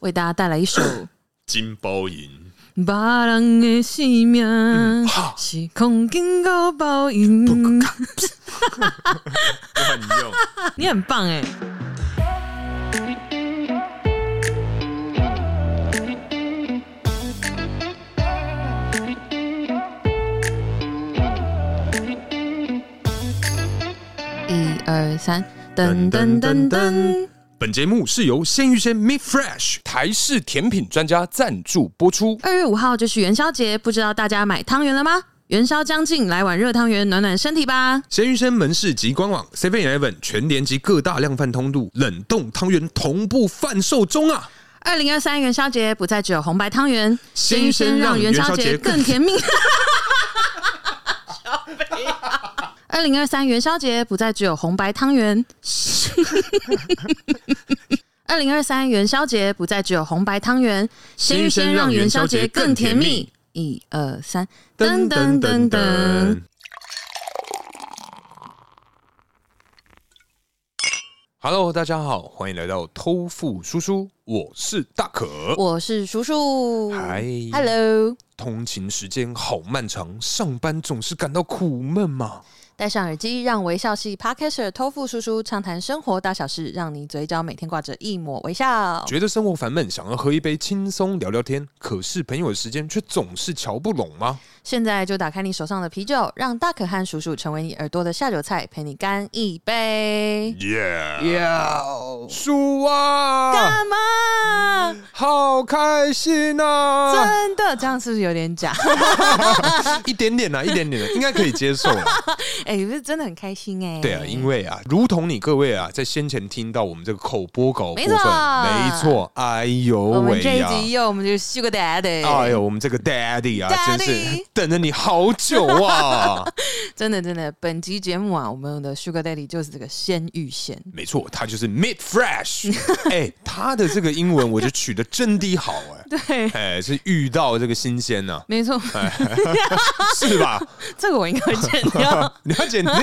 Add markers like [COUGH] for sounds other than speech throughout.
为大家带来一首金包银， 《巴人的性命》，是空警告报应。乱用。你很棒哎！一二三，噔噔噔噔，本节目是由鲜芋仙 Meet Fresh 台式甜品专家赞助播出。二月五号就是元宵节，不知道大家买汤圆了吗？元宵将近，来碗热汤圆暖暖身体吧！鲜芋仙门市及官网 Seven Eleven 全联及各大量贩通路冷冻汤圆同步贩售中啊！二零二三元宵节不再只有红白汤圆，先先让元宵节更甜 [LAUGHS] 蜜。二零二三元宵节不再只有红白汤 [LAUGHS] 圆。二零二三元宵节不再只有红白汤圆，先先让元宵节更甜蜜。一二三，噔噔噔噔。， Hello，大家好，欢迎来到偷富叔叔，我是大可。我是叔叔嗨，Hello，通勤时间好漫长，上班总是感到苦闷嘛。戴上耳机，让微笑系 Podcaster 托付叔叔畅谈生活大小事，让你嘴角每天挂着一抹微笑。觉得生活烦闷，想要喝一杯轻松聊聊天，可是朋友的时间却总是瞧不拢吗？现在就打开你手上的啤酒，让大可汗叔叔成为你耳朵的下酒菜，陪你干一杯。耶！要叔啊，干嘛？好开心嗯啊！真的这样是不是有点假？ [LAUGHS] 一点点啊，一点点的，应该可以接受 [LAUGHS] 啦。哎、不是真的很开心哎、对啊，因为啊，如同你各位啊，在先前听到我们这个口播稿部分，没错没错，哎呦我们喂这一呀、集又我们就是 Sugar Daddy，、啊哎呦，我们这个 daddy 啊 Daddy 真是等了你好久啊！真的真的，本集节目啊，我们的 Sugar Daddy 就是这个鲜芋仙。没错，他就是 Mid [LAUGHS] Fresh，哎、他的这个英文我觉得取得真的好哎、对， [LAUGHS] 哎、是遇到这个新鲜呢、没错，哎是吧？ [LAUGHS] 这个我应该会剪掉。你要 [LAUGHS] 剪掉，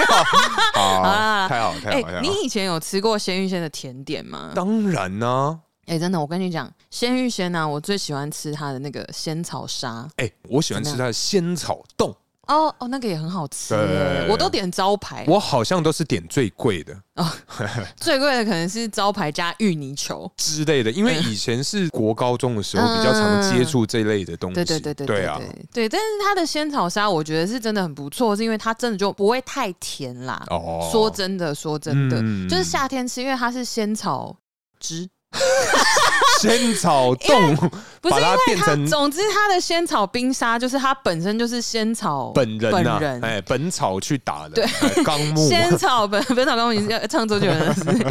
好，啦太好，太好，啊哎、太好！你以前有吃过鲜芋仙的甜点吗？当然呢、哎、真的，我跟你讲，鲜芋仙呢、啊，我最喜欢吃它的那个仙草沙。哎、我喜欢吃它的仙草冻，哦哦，那个也很好吃对对对耶，对我都点招牌，我好像都是点最贵的。最贵的可能是招牌加芋泥球。之类的，因为嗯以前是国高中的时候比较常接触这类的东西， [LAUGHS] 嗯对对对对对啊，对对，但是它的仙草沙我觉得是真的很不错，是因为它真的就不会太甜啦。哦说真的，说真的，嗯就是夏天吃，因为它是仙草汁， [LAUGHS] 仙草冻，不是把它因变为它，成总之它的仙草冰沙就是它本身就是仙草本人呐、本人哎，本草去打的，对哎纲目， [LAUGHS] 仙草本本草纲目，你是要唱周杰 [LAUGHS] 伦的是不是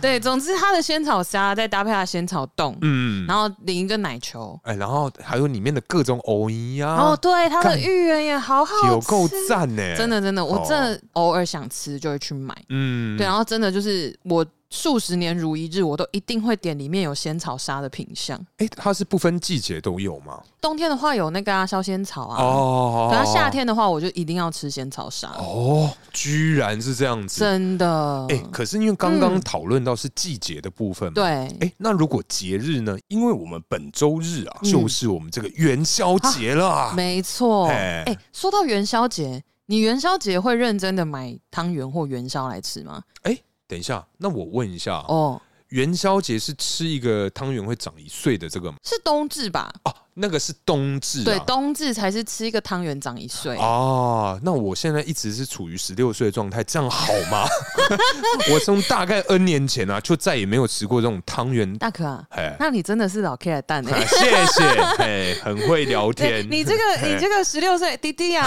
对，总之它的仙草沙再搭配它的仙草冻，嗯，然后淋一个奶球。哎，然后还有里面的各种藕泥呀，哦，对，它的啊看芋圆也好好吃，有够赞欸呢，真，的真的，我真的偶尔想吃就会去买。嗯，对，然后啊真的就是我数十年如一日，我都一定会点里面有仙草沙的品相。哎，它是不分季节都有吗？冬天的话有那个啊烧仙草啊，哦，然后夏天的话我就一定要吃仙草沙，哦，居然是这样子，真的。嗯哎，可是因为刚刚讨论到是季节的部分嘛，对，哎，那如果节日呢？因为我们本周日啊，嗯就是我们这个元宵节了啊。没错。哎哎，说到元宵节，你元宵节会认真的买汤圆或元宵来吃吗？哎，等一下，那我问一下，哦，元宵节是吃一个汤圆会长一岁的这个吗？是冬至吧？哦，那个是冬至、啊。对，冬至才是吃一个汤圆长一岁。啊，那我现在一直是处于十六岁的状态，这样好吗？ [LAUGHS] 我从大概 N 年前啊，就再也没有吃过这种汤圆。大可啊，哎，那你真的是老 K 的蛋哎、啊谢谢，哎，很会聊对 [LAUGHS] 天。 [LAUGHS] 你这个哎你这个十六岁弟 [LAUGHS] 弟啊，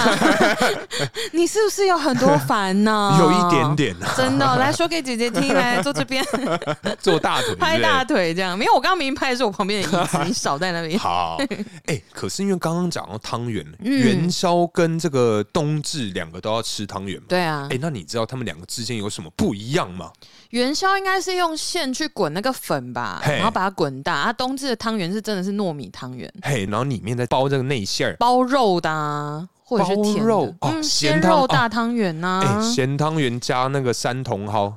你是不是有很多烦恼？有一点。点啊，真的、来说给姐姐听，来坐这 [LAUGHS] 边做大腿之类的，哦拍大腿这样。没有，我刚刚明明拍的是我旁边的椅 [LAUGHS] 子，你少在那边。好，哎、可是因为刚刚讲到汤圆，嗯元宵跟这个冬至两个都要吃汤圆嘛。对啊哎、，那你知道他们两个之间有什么不一样吗？元宵应该是用线去滚那个粉吧，嘿然后把它滚大。啊，冬至的汤圆是真的是糯米汤圆，嘿，然后里面再包这个内馅儿，包肉的、啊，或者是甜包肉的，哦嗯，咸鲜汤肉哦大汤圆啊呐哎、，咸汤圆加那个三茼蒿，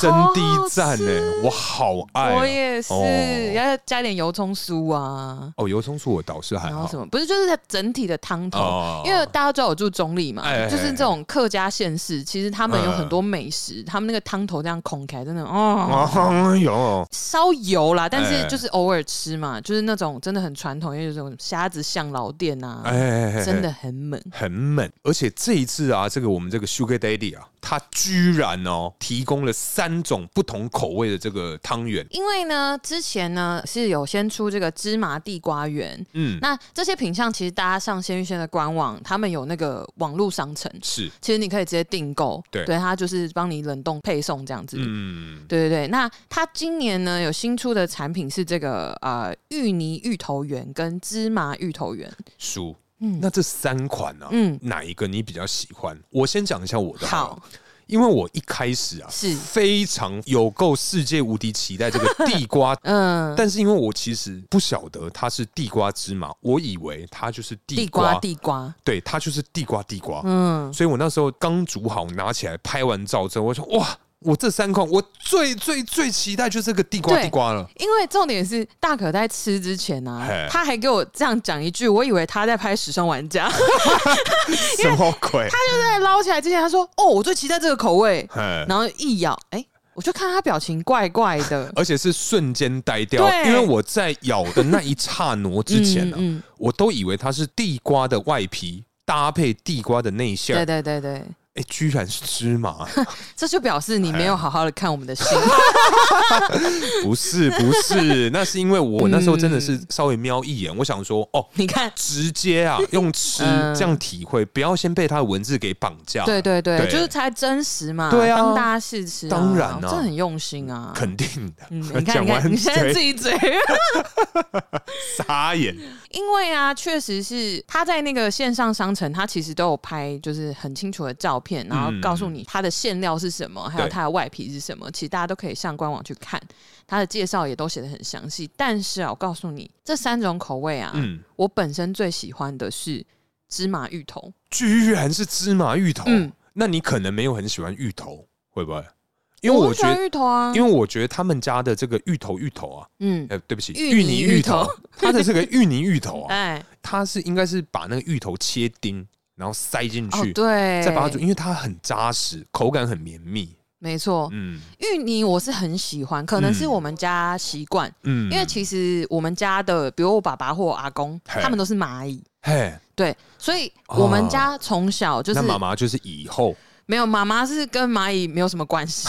真好第哦好一赞吃呢、我好爱、啊我也是哎哦，要加点油葱酥啊，哦，油葱酥我倒是还然好后什，么不是就是它整体的汤头。哦因为大家知道我住中立嘛哎哎，哎嗯就是这种客家县市，其实他们有很多美食，他们那个汤头这样孔开，真的哦，哎呦，烧油啦，但哎哎是就是偶尔吃嘛，就是那种真的很传统，因为有这种虾子巷老店啊，哎哎，哎真的很猛。很猛，而且这一次啊，这个我们这个 Sugar Daddy 啊，他居然哦提供了三种不同口味的这个汤圆，因为呢，之前呢是有先出这个芝麻地瓜圆，嗯，那这些品相其实大家上鲜芋仙的官网，他们有那个网络商城，是，其实你可以直接订购，对它就是帮你冷冻配送这样子。嗯，对对对，那它今年呢有新出的产品是这个呃芋泥芋头圆跟芝麻芋头圆，叔，嗯那这三款啊，嗯哪一个你比较喜欢？我先讲一下我的好了，好，因为我一开始啊是。非常有够世界无敌期待这个地瓜 [LAUGHS] 嗯，但是因为我其实不晓得它是地瓜芝麻，我以为它就是地嗯地瓜，瓜地瓜，对，它就是地瓜地瓜。嗯，所以我那时候刚煮好，拿起来拍完照之后，我说哇，我这三款我最最最期待就是这个地瓜对地瓜了。因为重点是大可在吃之前呢、嘿啊，他还给我这样讲一句，我以为他在拍《时尚玩 [LAUGHS] 家》，什么鬼？他就在捞起来之前，他说：“哦，我最期待这个口味。”哎，然后一咬，哎、我就看他表情怪怪的 [LAUGHS] 而且是瞬间呆掉，对因为我在咬的那一刹那之前呢、啊嗯嗯嗯我都以为它是地瓜的外皮搭配地瓜的内馅儿，对哎、对对对，居然是芝麻， [LAUGHS] 这就表示你没有好好的看我们的心，不是不是，那是因为嗯我那时候真的是稍微瞄一眼，我想说哦，[LAUGHS] 你看。直接 [LAUGHS] 啊用吃嗯这样体会，不要先被它的文字给绑架，对对对，对就是才真实嘛，对啊帮大家试吃、啊，当然啊这很用心啊。肯定的。嗯，你看，讲你完看，你现嘴在自己嘴，傻眼，因为啊，确实是他在那个线上商城，他其实都有拍，就是很清楚的照片，然后告嗯诉你它的馅料是什么，还有它的外皮是什么。其实大家都可以上官网去看，它的介绍也都写的很详细。但是啊，我告诉你，这三种口味啊，嗯，我本身最喜欢的是芝麻芋头，居然是芝麻芋头，嗯那你可能没有很喜欢芋头，会不会？因为我很喜觉欢得，芋头啊，因为我觉得他们家的这个芋头芋头啊，嗯，呃，对不起，芋泥芋头，它的这个芋泥芋头 [LAUGHS] 啊，哎，它是应该是把那个芋头切丁，然后塞进哦去，对，再把它煮，因为它很扎实，口感很绵密，没错，嗯芋泥我是很喜欢，可能是嗯我们家习惯。嗯，因为其实我们家的，比如我爸爸或我阿公，嘿他们都是蚂蚁，嘿，对，所以我们家从小就是哦那妈妈就是以后， [LAUGHS] 没有妈妈是跟蚂蚁没有什么关系，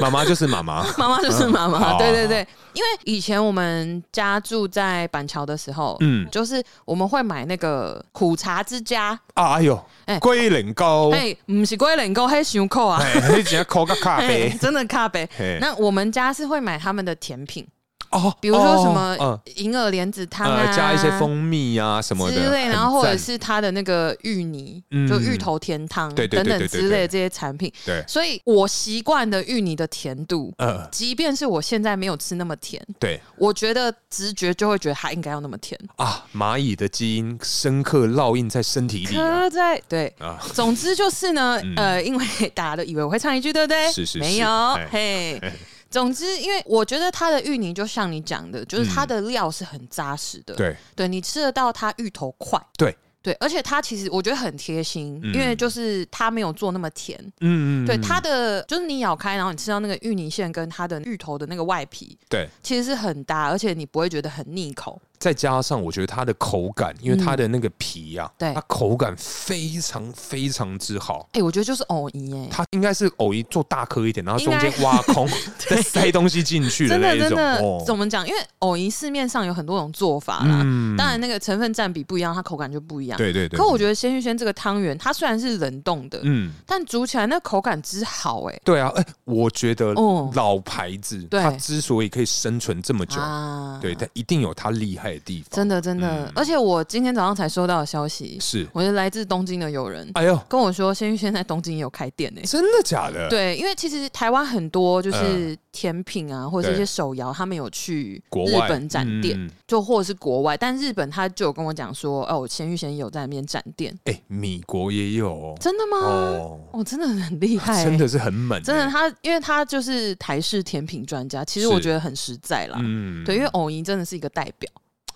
妈妈就是妈 [LAUGHS] 妈，妈妈就是妈好妈，对对哦对，因为以前我们家住在板桥的时候，嗯就是我们会买那个苦茶之家，啊哎呦哎，龟苓膏，哎、不是龟苓膏，嘿熊扣啊，哎，你只要口个咖嘿啡，真的咖啡嘿。那我们家是会买他们的甜品，哦，比如说什哦么银耳莲子汤啊、呃，加一些蜂蜜啊什么的之类，很然后或者赞是它的那个芋泥，嗯就芋头甜汤对对对等对等对之类对的这些产品。对，所以我习惯的芋泥的甜度，呃，即便是我现在没有吃那么甜，对我觉得直觉就会觉得它应该要那么甜。啊，蚂蚁的基因深刻烙印在身体里啊，可在 [LAUGHS] 对，啊总之就是呢嗯，呃，因为大家都以为我会唱一句，对不对？是是是没有哎，嘿哎。总之，因为我觉得它的芋泥就像你讲的，就是它的料是很扎实的，嗯对对你吃得到它芋头块，对对，而且它其实我觉得很贴心，嗯因为就是它没有做那么甜。嗯嗯，对嗯它的，就是你咬开，然后你吃到那个芋泥馅跟它的芋头的那个外皮，对，其实是很搭，而且你不会觉得很腻口。再加上我觉得它的口感，因为它的那个皮啊，对它口感非常非常之好。哎、我觉得就是藕泥哎、它应该是偶一做大颗一点，然后中应该间挖 [LAUGHS] 空，再塞东西进去的真那的一真种。的、哦怎么讲？因为藕泥市面上有很多种做法啦，嗯当然那个成分占比不一样，它口感就不一样。对对对。可我觉得鲜芋仙这个汤圆，它虽然是冷冻的，嗯，但煮起来那口感之好哎、对啊，哎、我觉得哦老牌子、对它之所以可以生存这么久，啊对，但一定有它厉害的地方。真的真的，嗯而且我今天早上才收到的消息，是，我是来自东京的友人哎呦，跟我说，鲜芋仙在东京也有开店呢、欸真的假的？，对，因为其实台湾很多就是甜品啊，或者是嗯一对些手摇，他们有去国日外本展店，嗯就或者是国外。但日本他就有跟我讲说，哦，咸鱼咸鱼有在那边展店，哎、米国也有哦真的吗？哦，哦，真的很厉害、真的。是很猛欸、真的他，因为他就是台式甜品专家，其实我是觉得很实在啦。嗯对，因为藕姨真的是一个代表。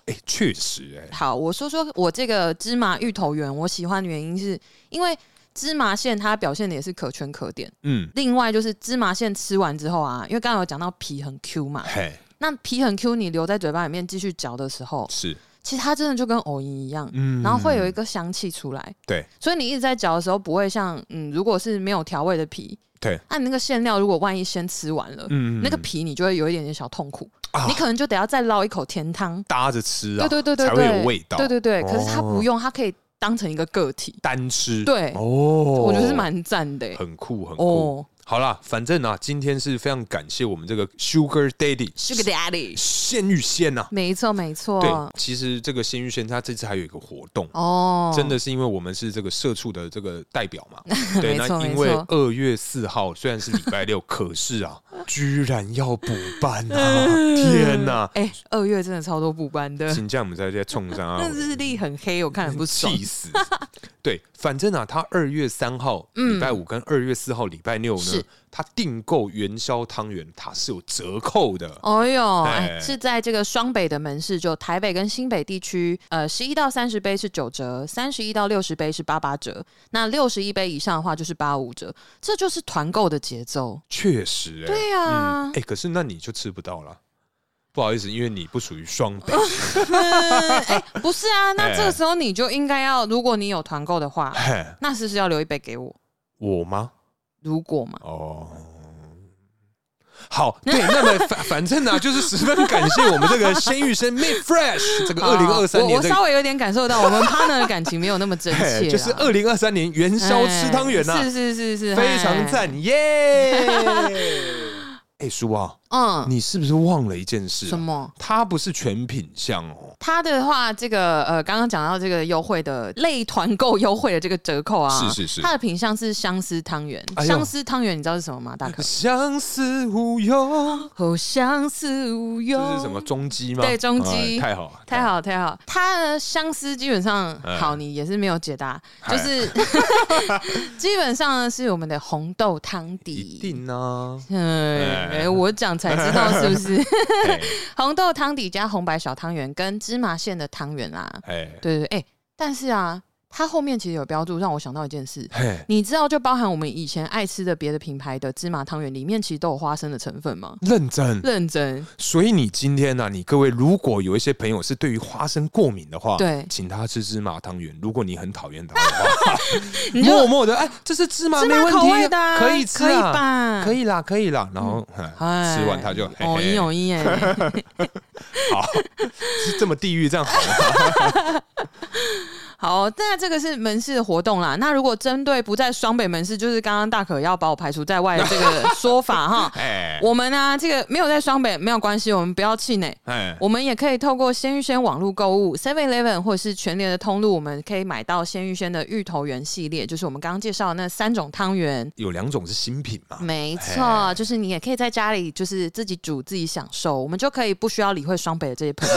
哎，确、实哎、好，我说说我这个芝麻芋头圆，我喜欢的原因是因为芝麻馅它表现的也是可圈可点。嗯，另外就是芝麻馅吃完之后啊，因为刚刚有讲到皮很 Q 嘛，嘿，那皮很 Q，你留在嘴巴里面继续嚼的时候，是，其实它真的就跟藕泥一样，嗯然后会有一个香气出来。对所以你一直在嚼的时候，不会像嗯，如果是没有调味的皮，对，那、你那个馅料如果万一先吃完了，嗯那个皮你就会有一点点小痛苦，啊你可能就得要再捞一口甜汤。搭着吃啊，对对对对才对，会有味道，对对对，哦可是它不用，它可以当成一个个体，单吃，对哦，我我觉得是蛮赞的欸、很酷很酷。哦好啦，反正啊，今天是非常感谢我们这个 Sugar Daddy ，Sugar Daddy，鲜芋仙呐、没错没对错，，其实这个鲜芋仙它这次还有一个活动。哦，真的是因为我们是这个社畜的这个代表 [LAUGHS] 嘛？对，没那错因没为错二月四号虽然是礼拜 [LAUGHS] 六，可是啊，居然要补办 [LAUGHS] 啊！天哪！哎、二月真的超多补班的，请叫我们在这冲上啊 [LAUGHS] 那！日历很黑，我看很不爽。气死！ [LAUGHS] 对，反正啊，他二月三号礼拜五跟二月四号礼拜六呢是，他订购元宵汤圆，它是有折扣的。哦哟，哎哎是在这个双北的门市，就台北跟新北地区，呃，十一到三十杯是九折，三十一到六十杯是八八折，那六十一杯以上的话就是八五折，这就是团购的节奏。确实、欸，对啊哎、可是那你就吃不到了。不好意思，因为你不属于双哦北，嗯哎、不是啊，那哎这个时候你就应该要，如果你有团购的话，嘿那是不是要留一杯给我？我吗？如果嘛，哦。好， [LAUGHS] 对，那 [LAUGHS] 么反反正呢、就是十分感谢我们这个鲜芋生 Made Fresh 这个二零二三好我年我这个稍，微有点感受到，我们 partner 的感情没有那么真切 [LAUGHS] 嘿啦，就是二零二三年元宵吃汤圆啊啊哎呐是，是是是，非常哎。赞 [LAUGHS] 耶！哎，叔啊，嗯，你是不是忘了一件事、什啊？么？它不是全品项哦，它的话，这个呃，刚刚讲到这个优惠的类团购优惠的这个折扣啊，是是是它的品相是相思汤圆。哎呦哎相思汤圆你知道是什么吗？大可，相思无忧，哦，相思无这忧。是什么？中机吗？对中基哎太好了，太好了太好了，它的相思基本上哎好，你也是没有解答，哎就是 [LAUGHS] 基本上呢是我们的红豆汤底。一定 [LAUGHS] 啊！嗯，哎哎我讲才知道是不是？ [LAUGHS] 哎红豆汤底加红白小汤圆跟芝麻馅的汤圆啦。哎对对对，哎、但是啊，它后面其实有标注，让我想到一件事。嘿，你知道，就包含我们以前爱吃的别的品牌的芝麻汤圆，里面其实都有花生的成分吗？认真。认真，所以你今天呢、啊你各位如果有一些朋友是对于花生过敏的话，对请他吃芝麻汤圆。如果你很讨厌它的话， [LAUGHS] 你就 [LAUGHS] 默默的哎，这是芝麻，芝没麻问口味题的啊、可以吃可以啊，吧？可以啦，可以啦。然后、嗯、嗯哎。吃完它就嘿哦嘿一哦 [LAUGHS] 一哎，好，是这么地狱这 [LAUGHS] 样好吗？好，那这个是门市活动啦。那如果针对不在双北门市，就是刚刚大可要把我排除在外的这个说法哈，哎我们呢、这个没有在双北没有关系，我们不要气馁，哎，我们也可以透过鲜芋仙网络购物，Seven Eleven 或者是全联的通路，我们可以买到鲜芋仙的芋头圆系列，就是我们刚刚介绍的那三种汤圆。有两种是新品嘛，没哎错，就是你也可以在家里，就是自己煮自己享受，我们就可以不需要理会双北的这些朋友。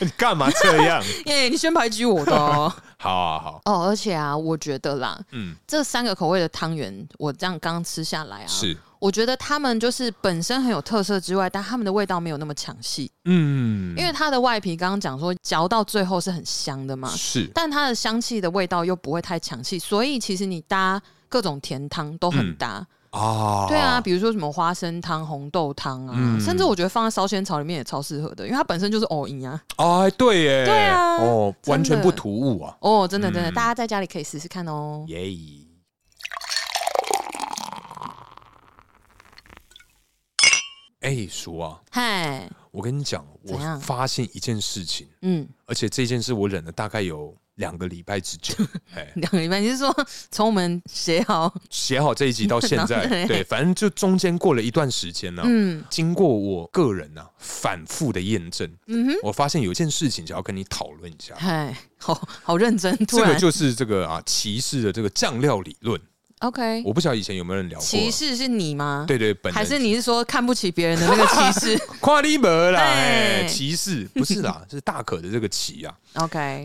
你嗯 [LAUGHS] 干嘛这样？耶你先排挤我的哦。好好好，哦，而且啊，我觉得啦，嗯，这三个口味的汤圆，我这样刚刚吃下来啊，是，我觉得他们就是本身很有特色之外，但他们的味道没有那么抢戏，嗯，因为它的外皮刚刚讲说嚼到最后是很香的嘛，是但它的香气的味道又不会太强气，所以其实你搭各种甜汤都嗯很搭。啊，对啊，，比如说什么花生汤、红豆汤啊，嗯甚至我觉得放在烧仙草里面也超适合的，因为它本身就是藕饮啊。哎，对耶，对啊哦，真的完全不突兀啊，哦，真的真的，嗯大家在家里可以试试看哦。耶、哎，叔啊，嗨，我跟你讲，我怎样发现一件事情，嗯，而且这件事我忍了大概有两个礼拜之 [LAUGHS] 久。哎，两个礼拜，你是说从我们写好？写好这一集到现 [LAUGHS] 然后在，嘞对，反正就中间过了一段时间呢、嗯经过我个人呢、反复的验证，嗯哼，我发现有一件事情想要跟你讨论一下， [LAUGHS] 嗨，好好认真，突啊这个然就是这个啊，骑士的这个酱料理论。 OK，我不晓得以前有没有人聊过。哎歧视是你吗？，对对，本人还是你是说看不起别人的那个歧视夸你门啦？对哎歧视不是 [LAUGHS] 啦，是大可的这个歧啊。？OK，，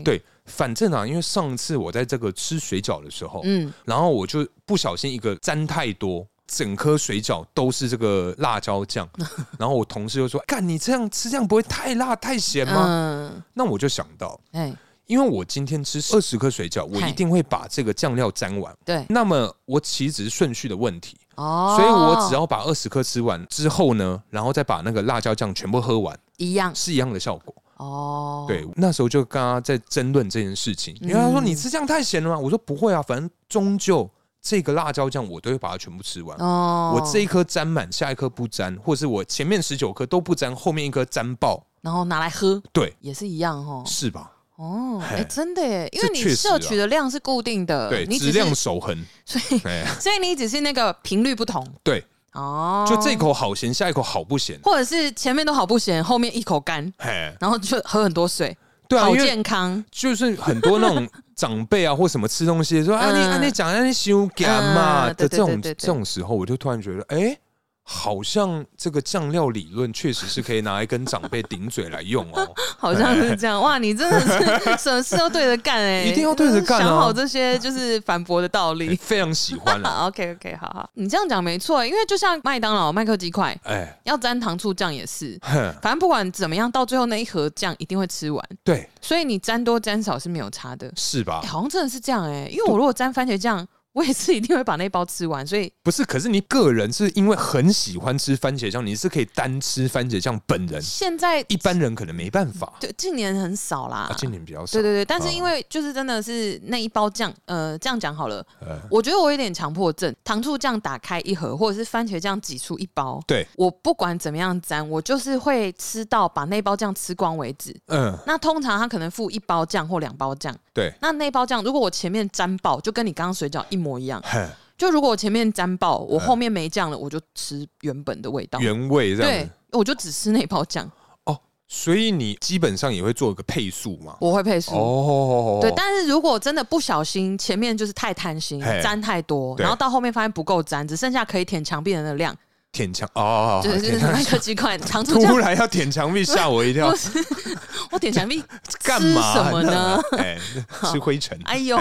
[LAUGHS]对，反正啊，因为上次我在这个吃水饺的时候，嗯，然后我就不小心一个沾太多。整颗水饺都是这个辣椒 [LAUGHS] 酱，然后我同事就说：“干，你这样吃这样不会太辣太咸吗？”嗯，那我就想到，哎，因为我今天吃二十颗水饺，我嗨一定会把这个酱料沾完。对，那么我其实只是顺序的问题，哦，所以我只要把二十颗吃完之后呢，然后再把那个辣椒酱全部喝完，一样是一样的效果。哦，嗯对，那时候就跟他在争论这件事情，因为他说你吃酱太咸了吗？我说不会啊，反正终究这个辣椒酱我都会把它全部吃完。哦，我这一颗沾满，下一颗不沾，或是我前面十九颗都不沾，后面一颗沾爆，然后拿来喝对，也是一样哦，是吧？哦，哎、嘿真的耶，因这为你确实啊摄取的量是固定的，对，呃你质只是量守恒，所以哎，所以你只是那个频率不同对，哦，就这一，口好咸，下一口好不咸，或者是前面都好不咸，后面一口干，嘿，然后就喝很多水，对啊，好因为健康，就是很多那种长辈啊或什么吃东西 [LAUGHS] 说啊嗯你啊你讲啊你修改嘛嗯的对这对种对对对这种时候，我就突然觉得，哎、好像这个酱料理论确实是可以拿来跟长辈顶嘴来用 [LAUGHS] 哦。好像是这样。哇，你真的 [LAUGHS] 是什么事都对着干哎，一定要对着干啊想好这些就是反驳的 [LAUGHS] 道理。非常喜欢 [LAUGHS] 了、啊，好 OK OK，好好，你这样讲没错，因为就像麦当劳麦克鸡块哎、要沾糖醋酱也是，哼，反正不管怎么样，到最后那一盒酱一定会吃完，对，所以你沾多沾少是没有差的。是吧欸？好像真的是这样哎、因为我如果沾番茄酱，我也是一定会把那包吃完，所以不是，可是你个人是因为很喜欢吃番茄酱，你是可以单吃番茄酱，本人现在一般人可能没办法对近年很少啦。啊，今年比较少对，对对，但是嗯因为就是真的是那一包酱，呃，这样讲好了，呃我觉得我有点强迫症，糖醋酱打开一盒，或者是番茄酱挤出一包，对，我不管怎么样沾，我就是会吃到把那包酱吃光为止。嗯，那通常他可能附一包酱或两包酱，对，那那包酱如果我前面沾爆，就跟你刚刚水饺一模一样，哼，就如果我前面沾爆，我后面没酱了，我就吃原本的味道。嗯原味这样对子。，我就只吃那包酱，所以你基本上也会做一个配速嘛？我会配醋。哦，对，但是如果真的不小心，前面就是太贪心嘿，沾太多，对然后到后面发现不够沾，只剩下可以舔墙壁人的量，舔墙哦，就是舔就 [LAUGHS] 是墙麦克鸡块糖醋 [LAUGHS] 酱突，然要舔墙壁，吓我一跳 [LAUGHS] 不，是我舔墙壁干吃嘛什么呢？？ [LAUGHS] [LAUGHS] 哎，吃灰尘，哎呦，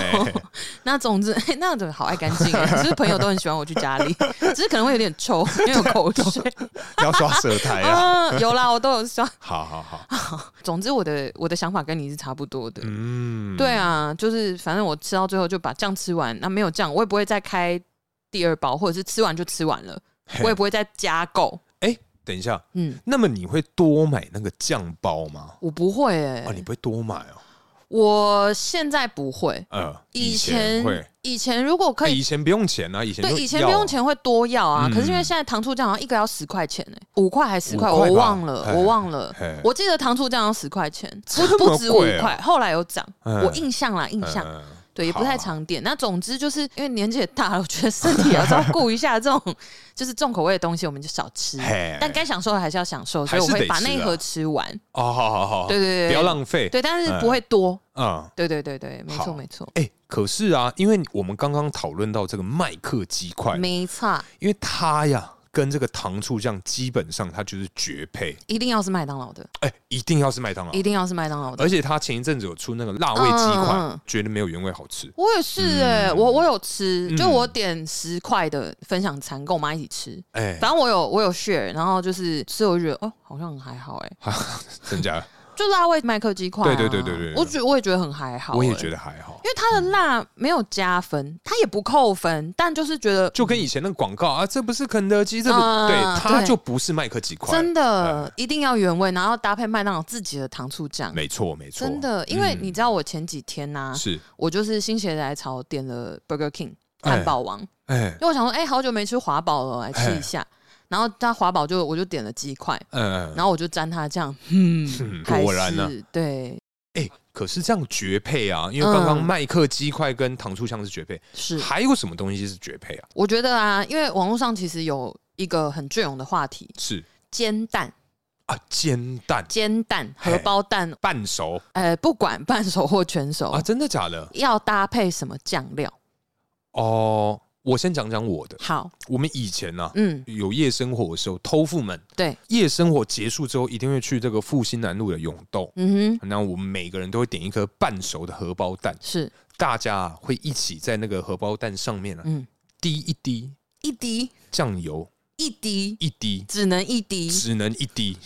那总之， [LAUGHS] 哎那种好爱干净，哎是不是朋友都很喜欢我去家里， [LAUGHS] 只是可能会有点臭， [LAUGHS] 因为有 [LAUGHS] 口水。要刷舌苔 [LAUGHS] 啊！嗯，有啦，我都有刷。好好好，总之，我的我的想法跟你是差不多的。嗯，对，啊，就是反正我吃到最后就把酱吃完，那没有酱我也不会再开第二包，或者是吃完就吃完了，我也不会再加购。哎，等一下，嗯，那么你会多买那个酱包吗？我不会诶、哦，你不会多买哦，我现在不会。呃，以前会，前以前如果可哎以，以前不用钱啊，以前对就以前要不啊用，钱会多要啊，嗯可是因为现在糖醋酱好像一个要十块钱诶、五块还十块，五块我吧忘了，嘿我忘了嘿。我记得糖醋酱要十块钱，这么不不止五贵啊块，后来有涨，嗯我印象啦，印象。嗯对，也不太好常点。那总之就是因为年纪也大了，我觉得身体也要照顾一下。这种就是重口味的东西，我们就少吃嘿。但该享受的还是要享受，所以还我是得会把那一吃啊盒吃完。哦，好好好，对对对不要浪费，对，但是不会多。嗯。对对对对，没好错没错，哎、可是啊，因为我们刚刚讨论到这个麦克鸡块，没差，因为它呀跟这个糖醋酱基本上它就是绝配，一定要是麦当劳的，哎、一定要是麦当劳一。定要是麦当劳的而。且它前一阵子有出那个辣味鸡块，嗯嗯嗯觉得没有原味好吃。我也是哎，我我有吃，就嗯我点十块的分享餐，跟我妈一起吃。哎、反正我有我有 share，然后就是吃我就觉得哦，好像还好哎， [LAUGHS] 真假的？就辣味麦克鸡块啊。对对对对对对我觉我也觉得很还好欸，我也觉得还好，因为它的辣没有加分，它也不扣分，但就是觉得就跟以前那个广告啊，这不是肯德基，这不、嗯对，对它就不是麦克鸡块，真的一定要原味，然后搭配麦当劳自己的糖醋酱，嗯没错没错，真的。因为嗯你知道我前几天呐、是我就是心血来潮点了 Burger King 汉堡王，哎因为我想说，哎、好久没吃华堡了，来吃一下。然后它华堡就我就点了鸡块，嗯、然后我就沾 [LAUGHS] 它酱，嗯，嗯还果然呢、是对，哎、可是这样绝配啊，因为刚刚嗯麦克鸡块跟糖醋酱是绝配，是还有什么东西是绝配啊？我觉得啊，因为网络上其实有一个很隽永的话题，是煎蛋、啊，煎蛋煎蛋、嘿荷包蛋半熟呃，不管哦半熟或全熟，啊，真的假的？要搭配什么酱料？哦，我先讲讲我的。好，我们以前呐、啊，嗯，有夜生活的时候，偷富们对，夜生活结束之后，一定会去这个复兴南路的永豆。嗯哼，那我们每个人都会点一颗半熟的荷包蛋，是，大家啊会一起在那个荷包蛋上面啊嗯，滴一滴一滴酱油，一滴，一滴只能一滴只能一滴。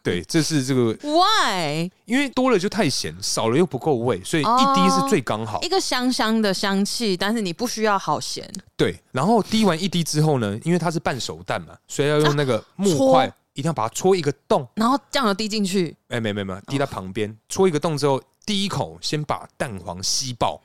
[LAUGHS] 对，这是这个， ，Why？因为多了就太咸，少了又不够味，所以一滴是最刚好。一个香香的香气，但是你不需要好咸，对，然后滴完一滴之后呢，因为它是半熟蛋嘛，所以要用那个木啊搓块，一定要把它戳一个洞。然后酱油滴进去，哎，没没没，滴在旁边，戳一个洞之后，第一口先把蛋黄吸 [LAUGHS] 爆，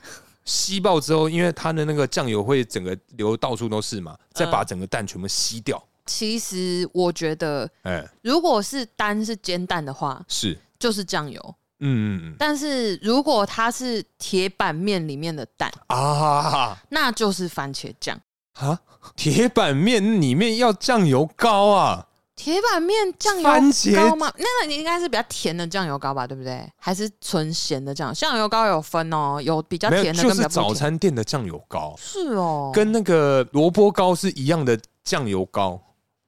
吸爆之后，因为它的那个酱油会整个流到处都是嘛，嗯再把整个蛋全部吸掉。其实我觉得，哎，如果是单是煎蛋的话，是，就是酱油；嗯嗯但是如果它是铁板面里面的蛋，嗯啊那就是番茄酱。啊，铁板面里面要酱油膏啊，铁板面酱油番茄膏吗？那个你应该是比较甜的酱油膏吧，对不对？还是纯咸的酱油？酱油膏有分哦，有比较没有，甜的跟就是比较早不甜。餐店的酱油膏，是哦，跟那个萝卜糕是一样的酱油膏。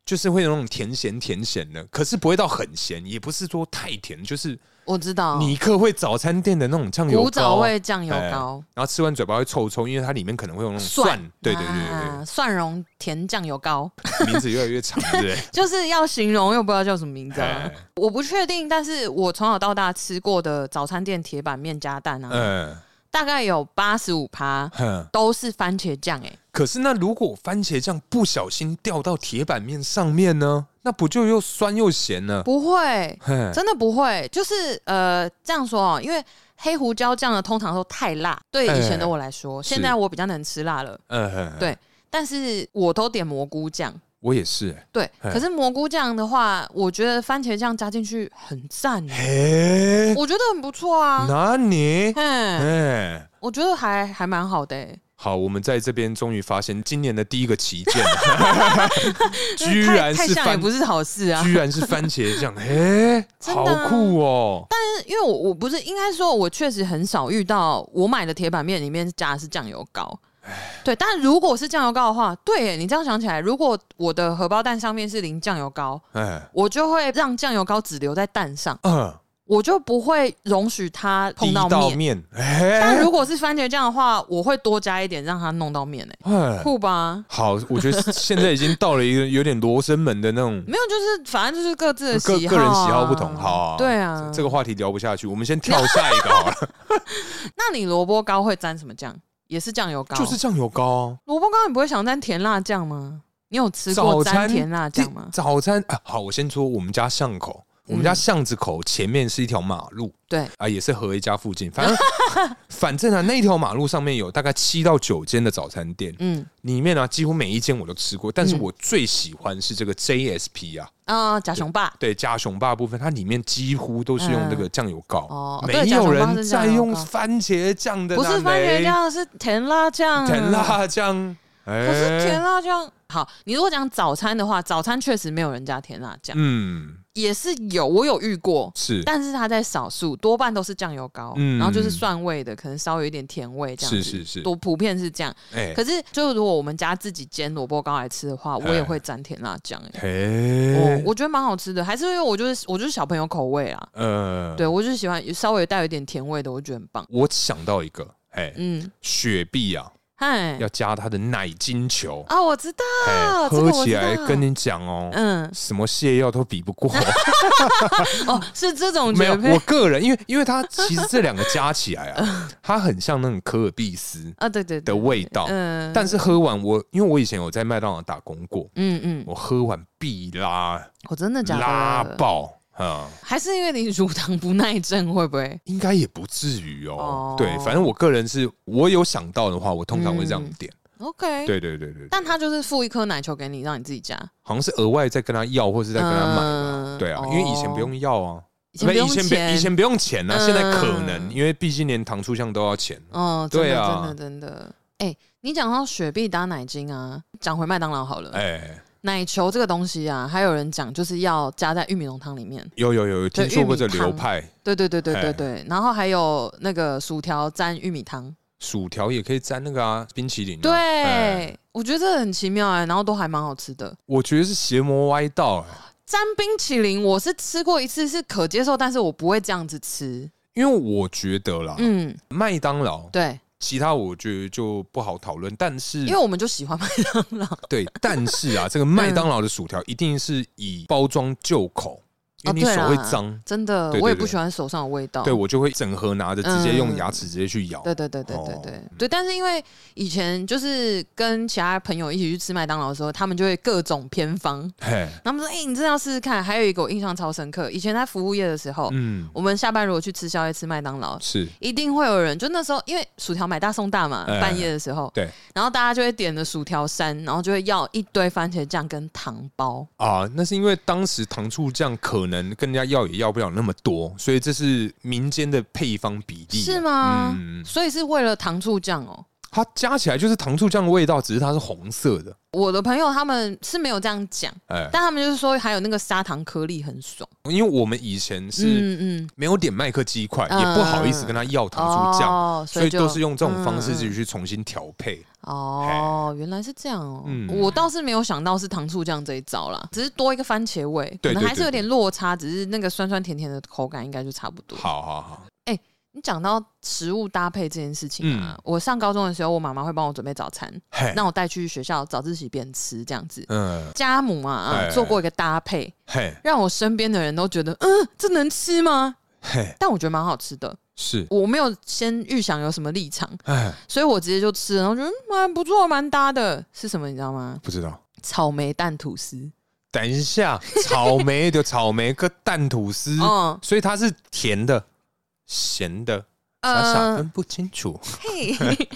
就是会有那种甜咸甜咸的，可是不会到很咸，也不是说太甜，就是我知道尼克会早餐店的那种酱油哦古早膏啊，味酱油膏，然后吃完嘴巴会臭臭，因为它里面可能会有那种哎蒜。对对对对啊蒜蓉甜酱油膏，对，名字越来越长，对不对？ [LAUGHS] 就是要形容又不知道叫什么名字、啊哎，我不确定。但是我从小到大吃过的早餐店铁板面加蛋啊，嗯大概有八十五趴哼。都是番茄酱、欸，哎，可是那如果番茄酱不小心掉到铁板面上面呢？那不就又酸又咸了？不会，哼真的不会，就是呃，这样说哦，因为黑胡椒酱呢，通常都太辣，对以前的我来哎说，现在我比较能吃辣了，嗯哼，对但是我都点蘑菇酱，我也是、对，哎可是蘑菇酱的话，我觉得番茄酱加进去很赞，欸。嘿，我觉得很不错啊，那你，嗯，哎，我觉得还还蛮好的、欸，好，我们在这边终于发现今年的第一个旗舰， [LAUGHS] [LAUGHS] 居然太太是像也番，不是好事啊， [LAUGHS] 居然是番茄 [LAUGHS] 酱，哎、真好的啊酷哦！因为我我不是应该说，我确实很少遇到我买的铁板面里面加的是酱油膏。对，但如果是酱油膏的话，对耶，你这样想起来，如果我的荷包蛋上面是淋酱油膏，哎，我就会让酱油膏只留在蛋上，嗯，我就不会容许它碰滴到到面。面，哎、但如果是番茄酱的话，我会多加一点让它弄到面，哎，哎酷 [LAUGHS] 吧？好，我觉得现在已经到了一个有点罗生门的那种没有，就是反正就是各自的喜个好、啊，个人喜好不同，好、啊，对啊，这个话题聊不下去，我们先跳下一个好 [LAUGHS] 了，那你萝卜糕会沾什么酱？也是酱油膏，就是酱油膏，萝卜糕，你不会想沾甜辣酱吗？你有吃早过餐沾甜辣酱吗？早餐啊，好，我先说我们家巷口，我们家巷子口前面是一条马路对，啊，也是合一家附近，反正 [LAUGHS] 反正啊，那一条马路上面有大概七到九间的早餐店，嗯里面啊几乎每一间我都吃过，但是嗯我最喜欢是这个 JSP 啊，啊、呃，假熊爸对加熊爸的部分，它里面几乎都是用这个酱油膏，哦对没有人再用加熊番茄酱的，不是番茄，酱，是甜辣酱，啊甜，辣酱，哎 [LAUGHS] 可是甜辣酱。好，你如果讲早餐的话，早餐确实没有人加甜辣酱，嗯，也是有我有遇过，是但是它在少数，多半都是酱油膏，嗯然后就是蒜味的，可能稍微有一点甜味这样子，是是是，都普遍是这样。哎可是就如果我们家自己煎萝卜糕来吃的话，我也会沾甜辣酱、欸，嘿哦，，我觉得蛮好吃的，还是因为我就是我就是小朋友口味啦，呃，对，我就是喜欢稍微带有一点甜味的，我觉得很棒。我想到一个，哎，嗯，雪碧啊，嗨，要加它的奶精球，啊，我知道，哎，这个喝我起来知道跟你讲哦。嗯，什么泻药都比不 [LAUGHS] 过， [LAUGHS] 哦，是这种没有。绝我配个人，因为因为它其实这两个加起来 [LAUGHS] 啊，嗯它很像那种可尔必斯啊，对对的对，味道，嗯，但是喝完我，因为我以前有在麦当劳打工过，嗯嗯，我喝完必拉我真的假拉的？爆啊、嗯还是因为你乳糖不耐症会不会？应该也不至于哦。哦对，反正我个人是我有想到的话，我通常会这样嗯点。 OK，对对对对，但他就是付一颗奶球给你，让你自己加，好像是额外再跟他要，或是再跟他买吧。嗯对啊，因为以前不用要啊，以前不用以前不以前不用钱啊，嗯现在可能因为毕竟连糖醋酱都要钱。哦，真对的啊真的真的，哎，你讲到雪碧打奶精啊，讲回麦当劳好了，哎，奶球这个东西啊，还有人讲就是要加在玉米浓汤里面，有有有有对听说过玉这米流汤派，对对对对哎对对，然后还有那个薯条沾玉米汤，薯条也可以沾那个啊，冰淇淋、啊。对，哎我觉得这很奇妙哎、然后都还蛮好吃的。我觉得是邪魔歪道、哎沾冰淇淋我是吃过一次，是可接受，但是我不会这样子吃。因为我觉得啦，嗯，麦当劳对，其他我觉得就不好讨论，但是因为我们就喜欢麦当劳。对，但是啊，这个麦当劳的薯条一定是以包装就口，因为你哦对手会啦脏。 [LAUGHS] 真的，对对我也对不喜欢手上的味道。对，我就会整盒拿着，直接用牙齿直接去咬。嗯对对对对对哦对、对，但是因为以前就是跟其他朋友一起去吃麦当劳的时候，他们就会各种偏方。嘿，他们说：“哎、你真的要试试看。”还有一个我印象超深刻，以前在服务业的时候，嗯，我们下班如果去吃宵夜吃麦当劳，是一定会有人就那时候因为薯条买大送大嘛，哎半夜的时候，对，然后大家就会点的薯条三，然后就会要一堆番茄酱跟糖包。啊，那是因为当时糖醋酱可能跟人家要也要不了那么多，所以这是民间的配方比例啊、是吗嗯，所以是为了糖醋酱哦、它加起来就是糖醋酱的味道，只是它是红色的。我的朋友他们是没有这样讲，哎，但他们就是说还有那个砂糖颗粒很爽。因为我们以前是嗯嗯，没有点麦克鸡块，嗯也不好意思跟他要糖醋酱，哦、所以就都是用这种方式嗯自己去重新调配。哦，原来是这样哦、嗯我倒是没有想到是糖醋酱这一招啦，只是多一个番茄味，对可能对还是对有点对落差，只是那个酸酸甜甜的口感应该就差不多。好好好，你讲到食物搭配这件事情啊，嗯我上高中的时候，我妈妈会帮我准备早餐，嘿，让我带去学校早自习边吃这样子。嗯，家母啊啊哎做过一个搭配，嘿让我身边的人都觉得，嗯，这能吃吗？嘿，但我觉得蛮好吃的，是，我没有先预想有什么立场，哎，所以我直接就吃了，然后觉得嗯蛮不错，蛮搭的。是什么你知道吗？不知道。草莓蛋吐司。等一下，草莓 [LAUGHS] 的草莓跟蛋吐司，嗯，所以它是甜的、咸的，傻傻呃，分不清楚。嘿，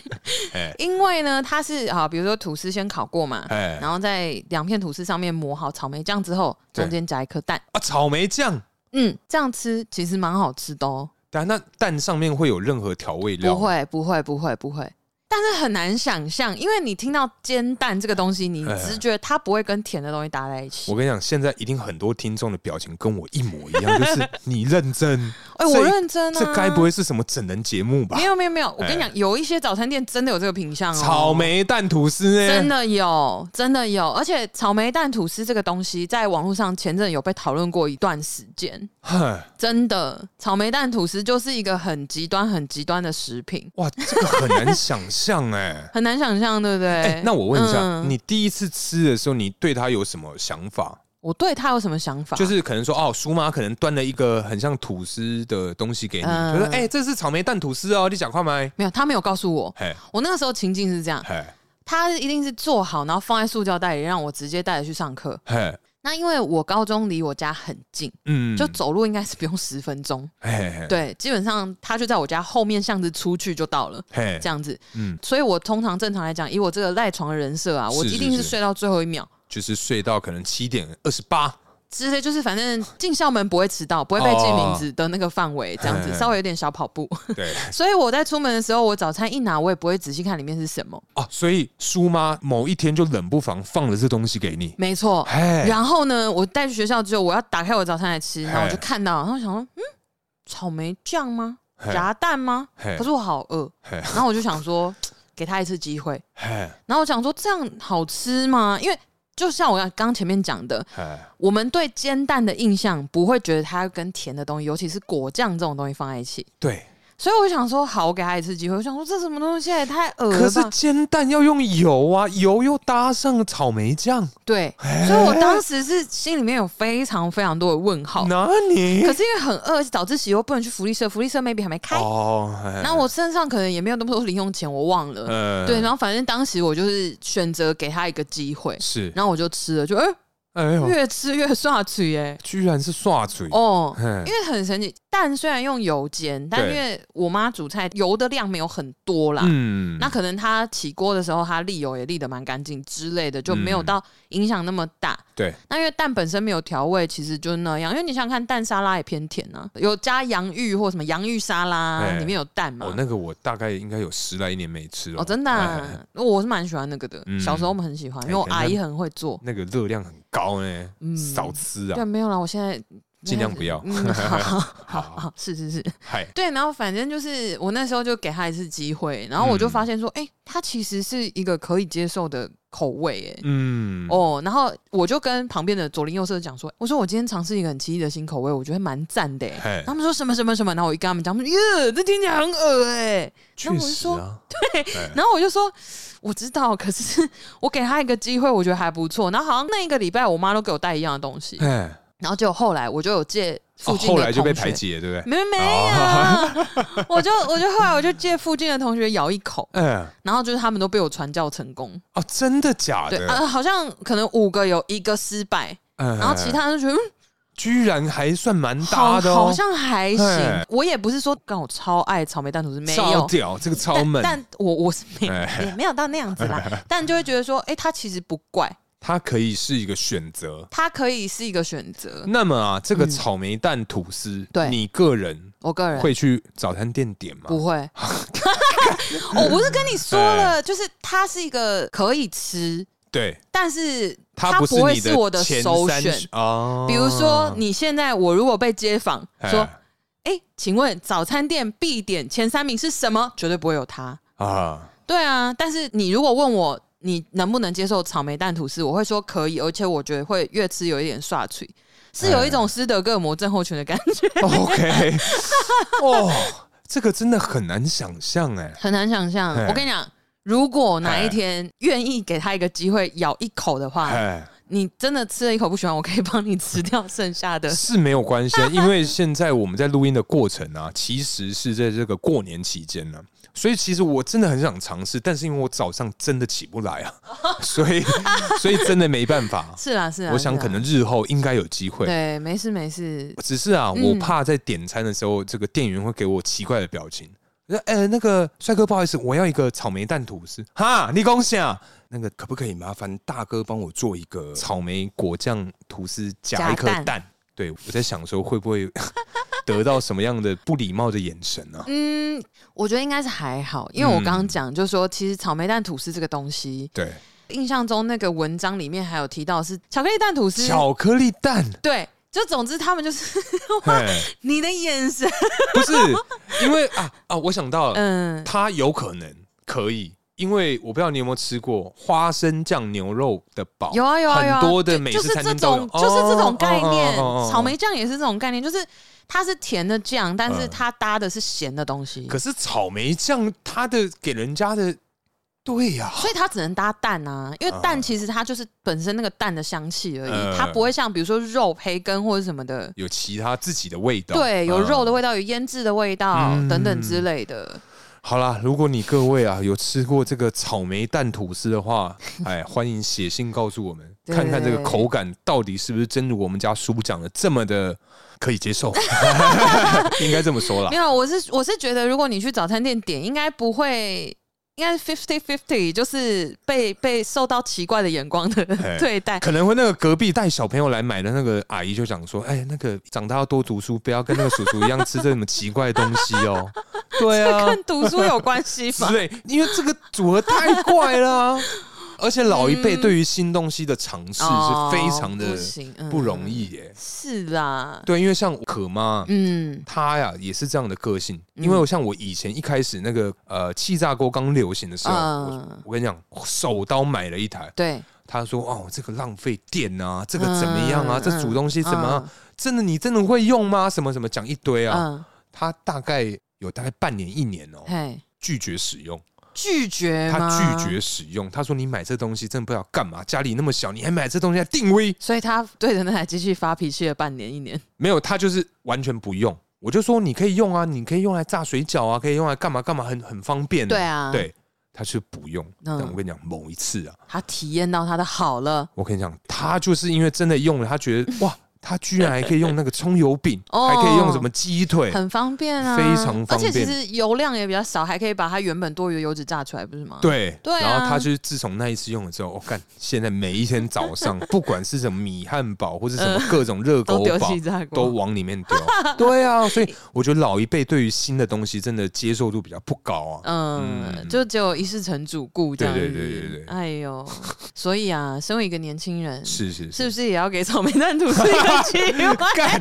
[LAUGHS] 哎 [LAUGHS] 因为呢，它是啊，比如说吐司先烤过嘛，哎然后在两片吐司上面抹好草莓酱之后，对中间夹一颗蛋，啊，草莓酱，嗯，这样吃其实蛮好吃的哦。但那蛋上面会有任何调味料？不，会，不会，不会，不会。但是很难想象，因为你听到煎蛋这个东西，你哎直觉它不会跟甜的东西搭在一起我。跟你讲，现在一定很多听众的表情跟我一模一样，就是 [LAUGHS] 你认真，哎、这我认真啊！这该不会是什么整人节目吧没？有没有没有，我跟你哎讲，有一些早餐店真的有这个品相哦，草莓蛋吐司呢？ [LAUGHS] 真的有，真的有，而且草莓蛋吐司这个东西，在网络上前阵有被讨论过一段时间。 [LAUGHS] 哼，真的，草莓蛋吐司就是一个很极端、很极端的食品，哇，这个很难想象哎。很难想象，对不 [LAUGHS] 对？哎，那我问一下，嗯你第一次吃的时候，你对它有什么想法？我对它有什么想法？就是可能说哦，苏妈可能端了一个很像吐司的东西给你，嗯就说哎、这是草莓蛋吐司哦，你讲快吗？没有，他没有告诉我。嘿，我那个时候情境是这样，嘿，他一定是做好，然后放在塑胶袋里，让我直接带着去上课。嘿，那因为我高中离我家很近，嗯就，走路应该是不用十分钟。嘿嘿，对，基本上他就在我家后面巷子出去就到了，嘿这，样子。嗯，所以我通常正常来讲，以我这个赖床的人设啊，我是一定是是是睡到最后一秒。就是睡到可能七点二十八， [LAUGHS] 之类，就是反正进校门不会迟到，不会被记名字的那个范围，这样子哦嗯稍微有点小跑步。 [LAUGHS] 对，所以我在出门的时候，我早餐一拿，我也不会仔细看里面是什么。哦，所以苏妈某一天就冷不防放了这东西给你，没错，嘿，嗯然后呢，我带去学校之后，我要打开我早餐来吃，嘿然后我就看到，然后想说，嗯，草莓酱吗？嘿夹蛋吗？嘿可是我好饿，嘿，然后我就想说，给他一次机会。嘿，然后我想说，这样好吃吗？因为就像我刚刚前面讲的，嘿，我们对煎蛋的印象不会觉得它跟甜的东西，尤其是果酱这种东西放在一起。对，所以我想说，好，我给他一次机会。我想说，这什么东西也太恶可了是吧？煎蛋要用油啊，油又搭上草莓酱，对，哎所以我当时是心里面有非常非常多的问号。那你可是因为很饿，早自习又不能去福利社，福利社 maybe 还没开，哦，嘿然后我身上可能也没有那么多零用钱，我忘了。呃对，然后反正当时我就是选择给他一个机会，是，然后我就吃了，就哎、哎呦，越吃越刷嘴哎、居然是刷嘴。哦。嘿因为很神奇，蛋虽然用油煎，嗯但对因为我妈煮菜油的量没有很多啦，嗯那可能她起锅的时候她沥油也沥的蛮干净之类的，就没有嗯到影响那么大。对，那因为蛋本身没有调味，其实就是那样。因为你想想看，蛋沙拉也偏甜啊，有加洋芋或什么洋芋沙拉，哎里面有蛋嘛哦，。那个我大概应该有十来年没吃了。哦，真的、啊哎，我是蛮喜欢那个的。嗯小时候我们很喜欢，哎因为我可能阿姨很会做。那个热量很高呢，嗯少吃对，啊。没有啦，我现在尽量不要。嗯好 [LAUGHS] 好好好好，是是是，嗨，对。然后反正就是我那时候就给他一次机会，然后我就嗯发现说，哎、他其实是一个可以接受的口味，哎、嗯，哦，然后我就跟旁边的左邻右舍讲说，我说我今天尝试一个很奇异的新口味，我觉得蛮赞的。哎嘿他们说什么什么什么，然后我一跟他们讲，他们说耶，这听起来很恶哎。那确我就实说 [LAUGHS] 啊，然后我就说我知道，可是我给他一个机会，我觉得还不错。然后好像那一个礼拜，我妈都给我带一样的东西，哎，然后结果后来我就有借哦，附近的同学，后来就被排挤了，对不对？没没有，哦 [LAUGHS] 我就我就后来我就借附近的同学咬一口，嗯，然后就是他们都被我传教成功。哦，真的假对的？啊、好像可能五个有一个失败，嗯然后其他人就觉得嗯居然还算蛮搭好的哦，好像还行嘿。我也不是说干我超爱草莓蛋吐司，没超有。屌，这个超但猛。但我我是没哎也没有到那样子啦，但就会觉得说，哎、它其实不怪，它可以是一个选择。它可以是一个选择。那么啊，这个嗯草莓蛋吐司，对你个人我个人会去早餐店点吗？不 [LAUGHS] 会， [LAUGHS] 我不是跟你说了，就是它是一个可以吃，对，但是它不不会你是我的前首三选。哦比如说，你现在我如果被街访哎说，哎、请问早餐店必点前三名是什么？绝对不会有它。啊，对啊，但是你如果问我你能不能接受草莓蛋吐司，我会说可以，而且我觉得会越吃有一点刷脆，是哎有一种斯德哥尔摩症候群的感觉， [LAUGHS] OK，哦，这个真的很难想象哎。很难想象哎。我跟你讲，如果哪哎一天愿意给他一个机会咬一口的话，哎，你真的吃了一口不喜欢，我可以帮你吃掉剩下的。是没有关系啊，因为现在我们在录音的过程啊，其实是在这个过年期间呢、所以其实我真的很想尝试，但是因为我早上真的起不来啊，所以所以真的没办法。 [LAUGHS] 是啊，是啊，我想是啊可能日后应该有机会，对，没事没事，只是啊，嗯我怕在点餐的时候，这个店员会给我奇怪的表情。那呃，那个帅哥，不好意思，我要一个草莓蛋吐司。哈，你恭喜啊！那个可不可以麻烦大哥帮我做一个草莓果酱吐司，夹夹一颗蛋蛋？对，我在想说会不会 [LAUGHS] 得到什么样的不礼貌的眼神呢、啊？嗯，我觉得应该是还好，因为我刚刚讲就是说，其实草莓蛋吐司这个东西，对，印象中那个文章里面还有提到是巧克力蛋吐司，巧克力蛋，对，就总之他们就是 [LAUGHS] 嘿，你的眼神，不是因为啊啊，我想到了，嗯，它有可能可以，因为我不知道你有没有吃过花生酱牛肉的堡，有啊有啊有啊，很多的就美就式是餐这厅都有种，就是这种概念哦哦哦哦哦，草莓酱也是这种概念，就是它是甜的酱，但是嗯它搭的是咸的东西可，是草莓酱它的给人家的，对呀、所以它只能搭蛋啊，因为蛋嗯其实它就是本身那个蛋的香气而嗯已，它不会像比如说肉、培根或者什么的。有其他自己的味道，对，有嗯肉的味道，有腌制的味道、嗯等等之类的。好啦，如果你各位啊有吃过这个草莓蛋吐司的 [LAUGHS] 话，哎，欢迎写信告诉我们，对看看这个口感到底是不是真如我们家叔讲的这么的可以接 [LAUGHS] 受，应该这么说啦没。有，我是我是觉得，如果你去早餐店点，应该不会，应该 fifty fifty，就是被被受到奇怪的眼光的哎 [LAUGHS] 对待。可能会那个隔壁带小朋友来买的那个阿姨就讲说，哎、那个长大要多读书，不要跟那个叔叔一样吃这什么奇怪的东西 [LAUGHS] 哦。对啊，跟读书有关 [LAUGHS] 系之吗？类，因为这个组合太怪了啊、 [LAUGHS] 而且老一辈对于新东西的尝试是非常的哦不行，嗯不容。易耶、是啦，对，因为像可妈。嗯，她呀也是这样的个性，因为我像我以前一开始那个呃气炸锅刚流行的时候，嗯我我跟你讲，我手刀买了一台，对，嗯他说：“哦，这个浪费电啊，这个怎么样啊？嗯这煮东西怎么、啊嗯真的你真的会用吗？什么什么讲一堆啊。嗯，他大概有大概半年一年哦，嘿，拒绝使用。拒绝他吗拒绝，使用，他说：“你买这东西真的不知道干嘛，家里那么小，你还买这东西来定位？所以他对着那台机器发脾气了半年一年。没有，他就是完全不用。”我就说：“你可以用啊，你可以用来炸水饺啊，可以用来干嘛干嘛，很很方便。”对，嗯啊，，对，他是不用。嗯但我跟你讲，某一次啊，他体验到他的好了。我跟你讲，他就是因为真的用了，他觉得哇，他居然还可以用那个葱油饼， [LAUGHS] 哦还可以用什么鸡腿，很方便啊，非常方便而且其实油量也比较少，还可以把它原本多余的油脂炸出来，不是吗？，对对啊然后他就是自从那一次用了之后，我、看现在每一天早上， [LAUGHS] 不管是什么米汉堡或是什么各种热都狗丢堡气。炸都锅。往里 [LAUGHS] 面丢，对啊，所以我觉得老一辈对于新的东西真的接受度比较不高啊。嗯，嗯就只有一世成主顾这样子。对对对对对对哎呦，所以啊，身为一个年轻人，是是是不是也要给草莓蛋吐司一个很奇怪。 [LAUGHS] [LAUGHS] 干，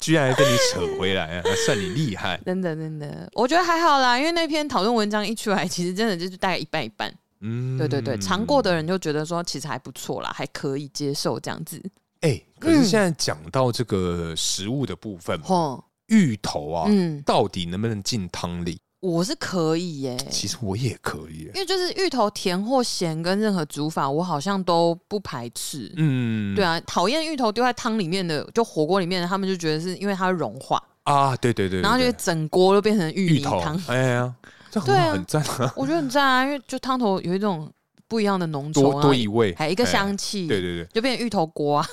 居然还跟你扯回来、啊，算你厉害。真的真的，我觉得还好啦，因为那篇讨论文章一出来，其实真的就是大概一半一半。嗯，对对对，尝过的人就觉得说其实还不错啦，还可以接受这样子。哎、可嗯是现在讲到这个食物的部分嘛，吼，芋头啊，嗯，到底能不能进汤里？我是可以耶、其实我也可以因。为就是芋头甜或咸跟任何煮法，我好像都不排斥。嗯，对啊，讨厌芋头丢在汤里面的，就火锅里面的，他们就觉得是因为它会融化，啊，对对对对然后就对会整锅都变成芋芋泥头汤。，哎呀，这很对啊好很赞啊，我觉得很赞啊，因为就汤头有一种不一样的浓稠多多啊，一味，还有一个哎香气，对对对就变成芋头锅啊。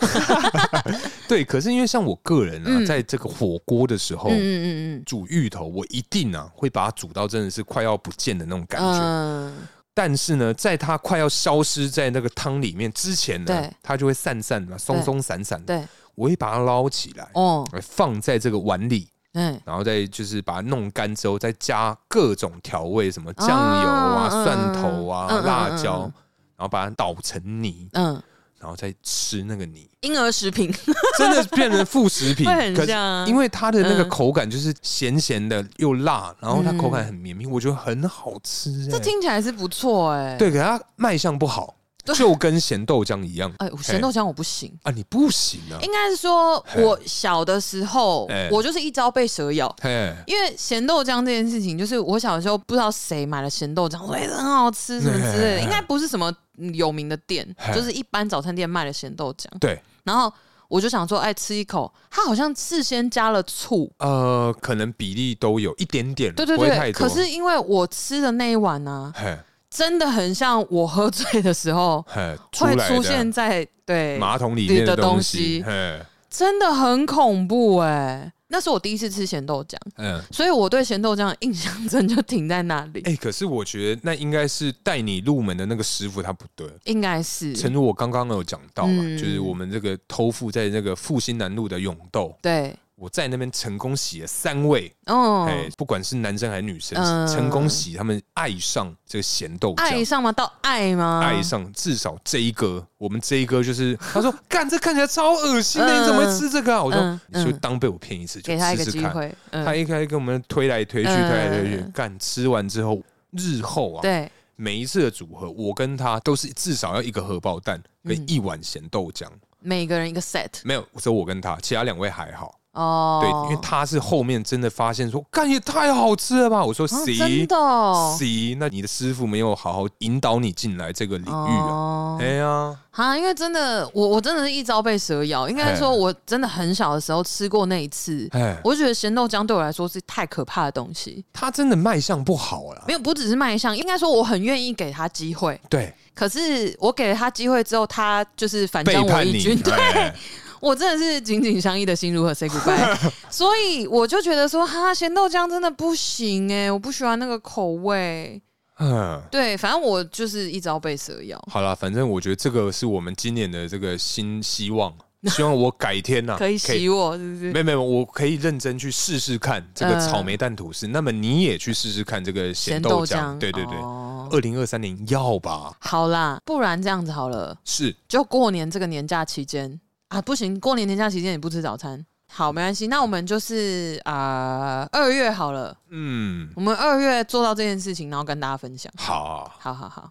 对，可是因为像我个人啊，嗯在这个火锅的时候嗯嗯嗯煮芋头，我一定啊会把它煮到真的是快要不见的那种嗯，感觉。嗯，但是呢，在它快要消失在那个汤里面之前呢对，它就会散散嘛，松松散散的。对，我会把它捞起来，哦，放在这个碗里，嗯，然后再就是把它弄干之后，再加各种调味，什么酱油啊、嗯嗯蒜头啊、嗯嗯嗯辣椒，嗯然后把它捣成泥，嗯，然后再吃那个泥，婴儿食品真的变成副食品，会很可是像啊因为它的那个嗯口感就是咸咸的又辣，然后它口感很绵密，我觉得很好吃、欸。嗯这听起来是不错哎。对，可是它卖相不好，对就跟咸豆浆一样哎，我咸豆浆我不行。啊，你不行啊！应该是说嘿我小的时候嘿，我就是一招被蛇咬。嘿，因为咸豆浆这件事情，就是我小时候不知道谁买了咸豆浆，我也很好吃什么之嘿类嘿的，嘿应该不是什么有名的店嘿，就是一般早餐店卖的咸豆浆。对，然后我就想说，哎，吃一口，它好像事先加了醋，呃，可能比例都有一点点，对对嗯不会太对。多。可是因为我吃的那一碗呢、嘿，真的很像我喝醉的时候嘿，出会来的出现在对，马桶里面里的东东西，西嘿，真的很恐怖哎、那是我第一次吃咸豆浆，嗯。所以我对咸豆浆的印象真的就停在那里，哎、可是我觉得那应该是带你入门的那个师傅他不对，应该是诚如我刚刚有讲到嘛，嗯就是我们这个偷富在那个复兴南路的永豆，对，我在那边成功洗了三位，嗯，哎、不管是男生还是女生，嗯成功洗他们爱上这个咸豆爱浆。上吗？到爱吗？爱上至少这一哥，我们这一哥 [LAUGHS] 就是他说，干这看起来超恶心的，你怎么会吃这个啊？我说嗯你就嗯当被我骗一次，就给他一试个试机看。会，他嗯，一开始跟我们推来推去，推嗯来推去，干吃完之后，日后啊，对，每一次的组合，我跟他都是至少要一个荷包蛋跟嗯一碗咸豆浆，每个人一个 set 没有，只有我跟他，其他两位还好。哦，对，因为他是后面真的发现说，干也太好吃了吧！我说哦 C 真的哦 C，那你的师傅没有好好引导你进来这个领域啊。哦哎呀，啊，因为真的，我我真的是一朝被蛇咬。应该说，我真的很小的时候吃过那一次，哎，我就觉得咸豆浆对我来说是太可怕的东西。他真的卖相不好啦。没有，不只是卖相，应该说我很愿意给他机会。对，可是我给了他机会之后，他就是反背将我叛一你，军。对哎 [LAUGHS] 我真的是紧紧相依的心如何 say [LAUGHS] goodbye？所以我就觉得说，哈，咸豆浆真的不行哎、我不喜欢那个口味。嗯，对，反正我就是一朝被蛇咬， [LAUGHS] 好啦，反正我觉得这个是我们今年的这个新希 [LAUGHS] 望，希望我改天呐、可以洗我是不是？没有没有，我可以认真去试试看这个嗯草莓蛋吐司。那么你也去试试看这个咸咸豆豆浆，浆，对对对。哦二零二三年要吧？好啦，不然这样子好了，是就过年这个年假期间啊，不行，过年年假期间你不吃早餐，好，没关系，那我们就是啊，二、月好了，嗯，我们二月做到这件事情，然后跟大家分享。好，好好好，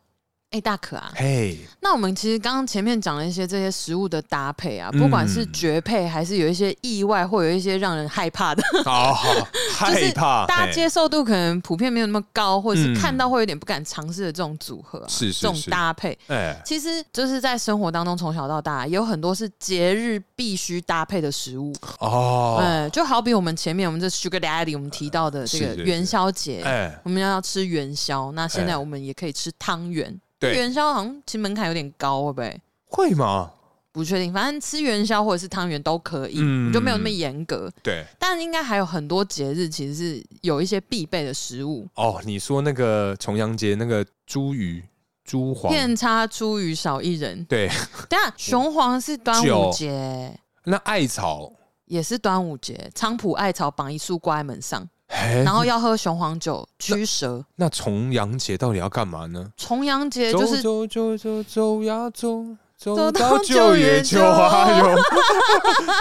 哎、大可啊，嘿，那我们其实刚刚前面讲了一些这些食物的搭配啊，嗯不管是绝配，还是有一些意外，或有一些让人害怕的，好好，就是害 [LAUGHS] 怕，大家啊嘿接受度可能普遍没有那么高，或者嗯是看到会有点不敢尝试的这种组合啊，是是这种是搭配。哎，其实就是在生活当中，从小到大有很多是节日必须搭配的食物，哦，嗯，就好比我们前面我们这 Sugar Daddy 我们提到的这是个是是元宵节，哎，我们要吃元宵，那现哎在我们也可以吃汤圆。对，元宵好像其实门槛有点高，会不会？会吗？不确定，反正吃元宵或者是汤圆都可以，嗯我就没有那么严格。对，但应该还有很多节日其实是有一些必备的食物，哦，你说那个重阳节那个猪鱼、猪黄，遍插茱萸少一人。对，[LAUGHS] 等一下雄黄是端午节，那艾草，也是端午节，菖蒲艾草绑一束挂在门上，嘿然后要喝雄黄酒驱蛇。那重阳节到底要干嘛呢？重阳节走就是 [LAUGHS] 走走走走呀走，走到九月秋花油， [LAUGHS]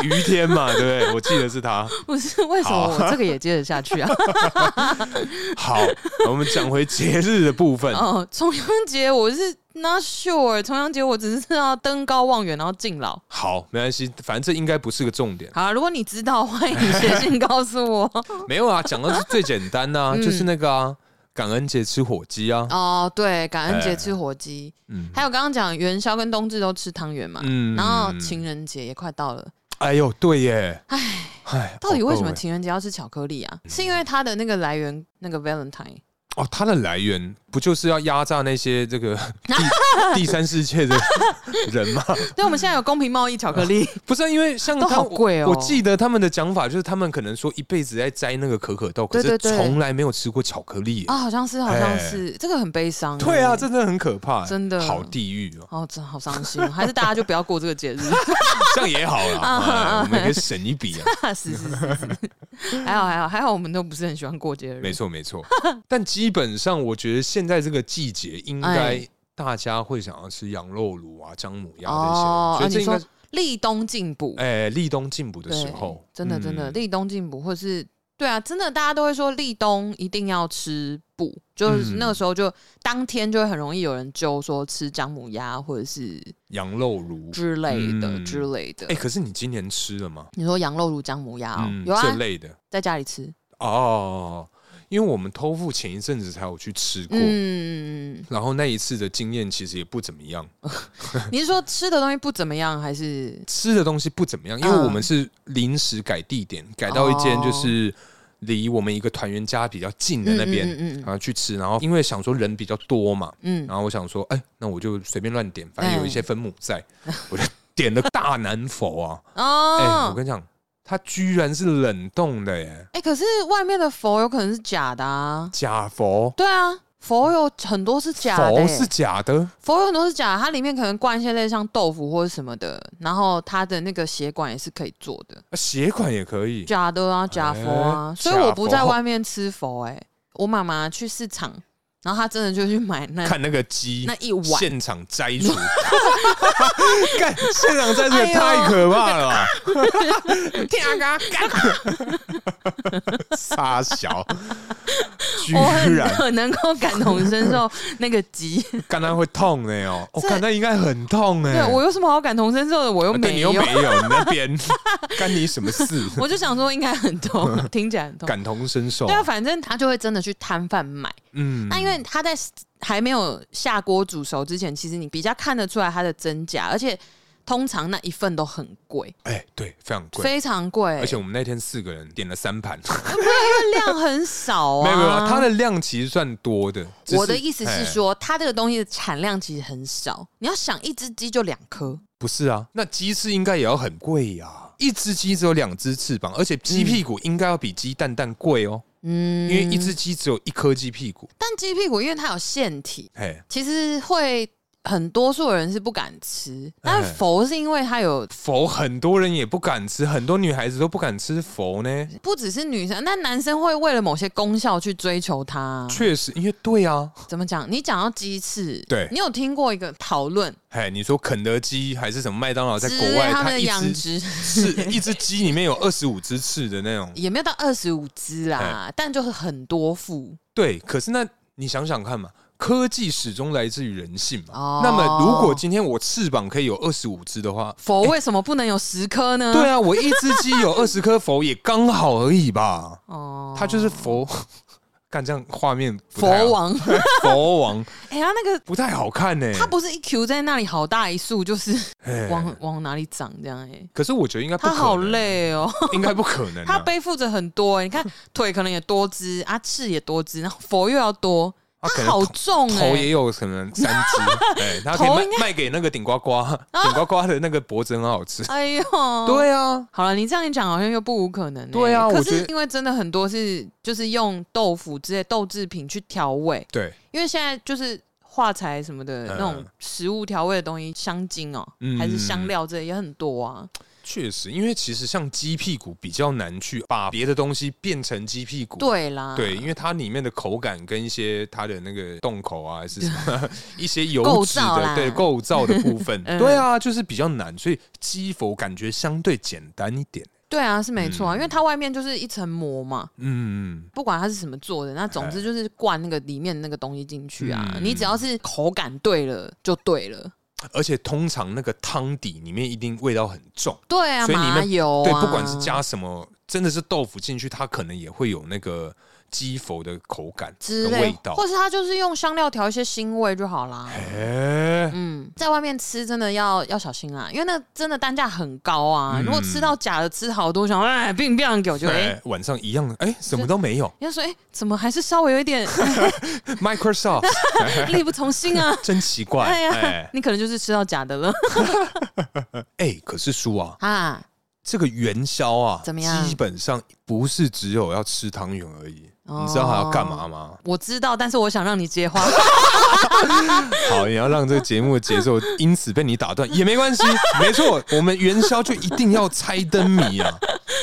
于天嘛，对不对？我记得是他。不是为什么我这个也接得 [LAUGHS] 下去啊？好，我们讲回节日的部分。哦，重阳节我是 not sure，重阳节我只是知道登高望远，然后敬老。好，没关系，反正这应该不是个重点。好啊，如果你知道，欢迎写信告诉 [LAUGHS] 我。没有啊，讲的是最简单 [LAUGHS] 的、啊，就是那个啊，感恩节吃火鸡啊。嗯哦，对，感恩节吃火鸡，嗯，还有刚刚讲元宵跟冬至都吃汤圆嘛，嗯然后情人节也快到了，哎呦，对耶，唉，哎，到底为什好么饿耶情人节要吃巧克力啊？是因为它的那个来源那个 Valentine 哦，它的来源不就是要压榨那些这 [LAUGHS] 个第第三世界的人吗？对，我们现在有公平贸易巧克力，不是啊、因为像都他好贵哦我记得他们的讲法就是，他们可能说一辈子在摘那个可可豆，可对是对对从来没有吃过巧克力耶。 [LAUGHS] 啊，好像是，好像是，哎这个很悲伤。对啊，哎真的很可怕耶，真的好地狱 [LAUGHS] 哦，哦，真好伤心哦，还是大家就不要过这个节 [LAUGHS] 日。这样也好 [LAUGHS] 啊啦，哎我们可以省一笔啊。是是是是，还好还好还好，我们都不是很喜欢过节的人。没错没错，但基本上我觉得现在这个季节应该哎大家会想要吃羊肉炉啊、姜母鸭这些，哦，所啊以这你应该说是立冬进补，哎立冬进补的时对候，真的真的嗯立冬进补，或是对啊，真的大家都会说立冬一定要吃补，就是嗯那个时候就当天就会很容易有人揪说吃姜母鸭或者是羊肉炉。之类的嗯之类的哎，。可是你今年吃了吗？你说羊肉卤姜母鸭哦嗯，有啊这，类的在家里吃。哦，因为我们偷富前一阵子才有去吃过，嗯，然后那一次的经验其实也不怎么样，嗯你是说吃的东西不怎么样，还 [LAUGHS] 是吃的东西不怎么样，因为嗯我们是临时改地点，改到一间哦就是离我们一个团员家比较近的那边，嗯嗯然后去吃，然后因为想说人比较多嘛，嗯嗯然后我想说，哎、那我就随便乱点，反正嗯有一些分母 [LAUGHS] 在，我就点了大南佛啊，嗯哎、我哦，跟你讲，它居然是冷冻的耶，哎，可是外面的佛有可能是假的啊。假佛，对啊，佛有很多是假的佛欸，是假的，啊佛有很多是假的，它里面可能灌一些类似像豆腐或者什么的，然后它的那个血管也是可以做的，啊血管也可以，假的啊，假佛啊，哎所以我不在假佛外面吃佛、哎，我妈妈去市场，然后她真的就去买那看那个鸡嗯那一碗，现场摘除，干现场摘除哎也呦太可怕了哎吧！ [LAUGHS] 天啊，干傻小，居我很然很能够感同身受那个 [LAUGHS] 急，刚刚会痛呢哦，我这看那应该很痛对哎，我有什么好感同身受的？我又啊对没你有又，没有，你那 [LAUGHS] 边干你什么事？我就想说应该很 [LAUGHS] 痛，听起来很痛。感同身受对，啊，反正他就会真的去摊贩买。嗯那因为它在还没有下锅煮熟之前，其实你比较看得出来它的真假，而且通常那一份都很贵，哎对，非常贵。非常贵，而且我们那天四个人点了三盘，量很少啊。 [LAUGHS] 没有没有，它的量其实算多的。只我的意思是，哎说，它这个东西的产量其实很少。你要想，一只鸡就两颗，不是啊，那鸡翅应该也要很贵呀，一只鸡只有两只翅膀，而且鸡屁股应该要比鸡蛋蛋贵哦，嗯因为一只鸡只有一颗鸡屁股，但鸡屁股因为它有腺体，哎，其实会很多数人是不敢吃，但哎佛是因为它有佛很多人也不敢吃，很多女孩子都不敢吃佛呢。不只是女生，那男生会为了某些功效去追求它。啊确实，因为对啊，怎么讲？你讲到鸡翅，对你有听过一个讨论哎，你说肯德基还是什么麦当劳，在之国类外它他们的一养只殖是 [LAUGHS] 一只鸡里面有二十五只翅的那种，也没有到二十五只啦，但就是很多副对。可是那你想想看嘛，科技始终来自于人性嘛。哦那么如果今天我翅膀可以有二十五只的话，佛为什么不能有十颗呢？对啊，我一只鸡 [LAUGHS] 有二十颗佛也刚好而已吧。哦，它就是佛， [LAUGHS] 干这样画面不太好佛， [LAUGHS] 王，佛王哎、呀，那个不太好看呢、它不是一 Q 在那里好大一束，就是哎往往哪里长这样哎、可是我觉得应该不它可能啊好，累哦，应该不可能、啊。它背负着很多哎、 [LAUGHS] 你看腿可能也多只啊，翅也多只，然后佛又要多，它可它能好头重哎、头也有可能三 [LAUGHS] 只，哎，它可头以应啊卖卖给那个顶呱呱，顶呱呱的那个脖子很好吃。哎呦，对啊，好了，你这样一讲好像又不无可能、欸。对啊我可觉是得因为真的很多是就是用豆腐之类豆制品去调味，对，因为现在就是化材什么的、嗯那种食物调味的东西，香精哦、嗯还是香料这也很多啊。确实，因为其实像鸡屁股比较难去把别的东西变成鸡屁股，对啦，对，因为它里面的口感跟一些它的那个洞口啊，还是什么一些油构脂造的，啦对构造的部分，[LAUGHS] 嗯对啊，就是比较难，所以鸡佛感觉相对简单一点。对啊，是没错啊，因为它外面就是一层膜嘛，嗯，不管它是什么做的，那总之就是灌那个里面那个东西进去啊，嗯你只要是口感对了就对了，而且通常那个汤底里面一定味道很重，对啊，所以里面麻油、啊，对，不管是加什么，真的是豆腐进去，它可能也会有那个鸡佛的口感之跟类味，道或。是它就是用香料调一些腥味就好啦。哎，嗯，在外面吃真的要要小心啦，因为那真的单价很高啊。嗯如果吃到假的，吃好多，想哎，并不让给我就哎。哎，晚上一样，哎，什么都没 [LAUGHS] 有人家说：“哎、怎么还是稍微有一点哎，Microsoft [LAUGHS] 力不从心啊真奇？”怪。哎呀，哎你可能就是吃到假的 [LAUGHS] 了哎，可是叔啊，啊！这个元宵啊，怎么样基本上不是只有要吃汤圆而已，哦你知道还要干嘛吗？我知道，但是我想让你接话。好，你要让这个节目的节奏因此被你打断也没关系， [LAUGHS] 没错，我们元宵就一定要猜灯谜 [LAUGHS] 啊！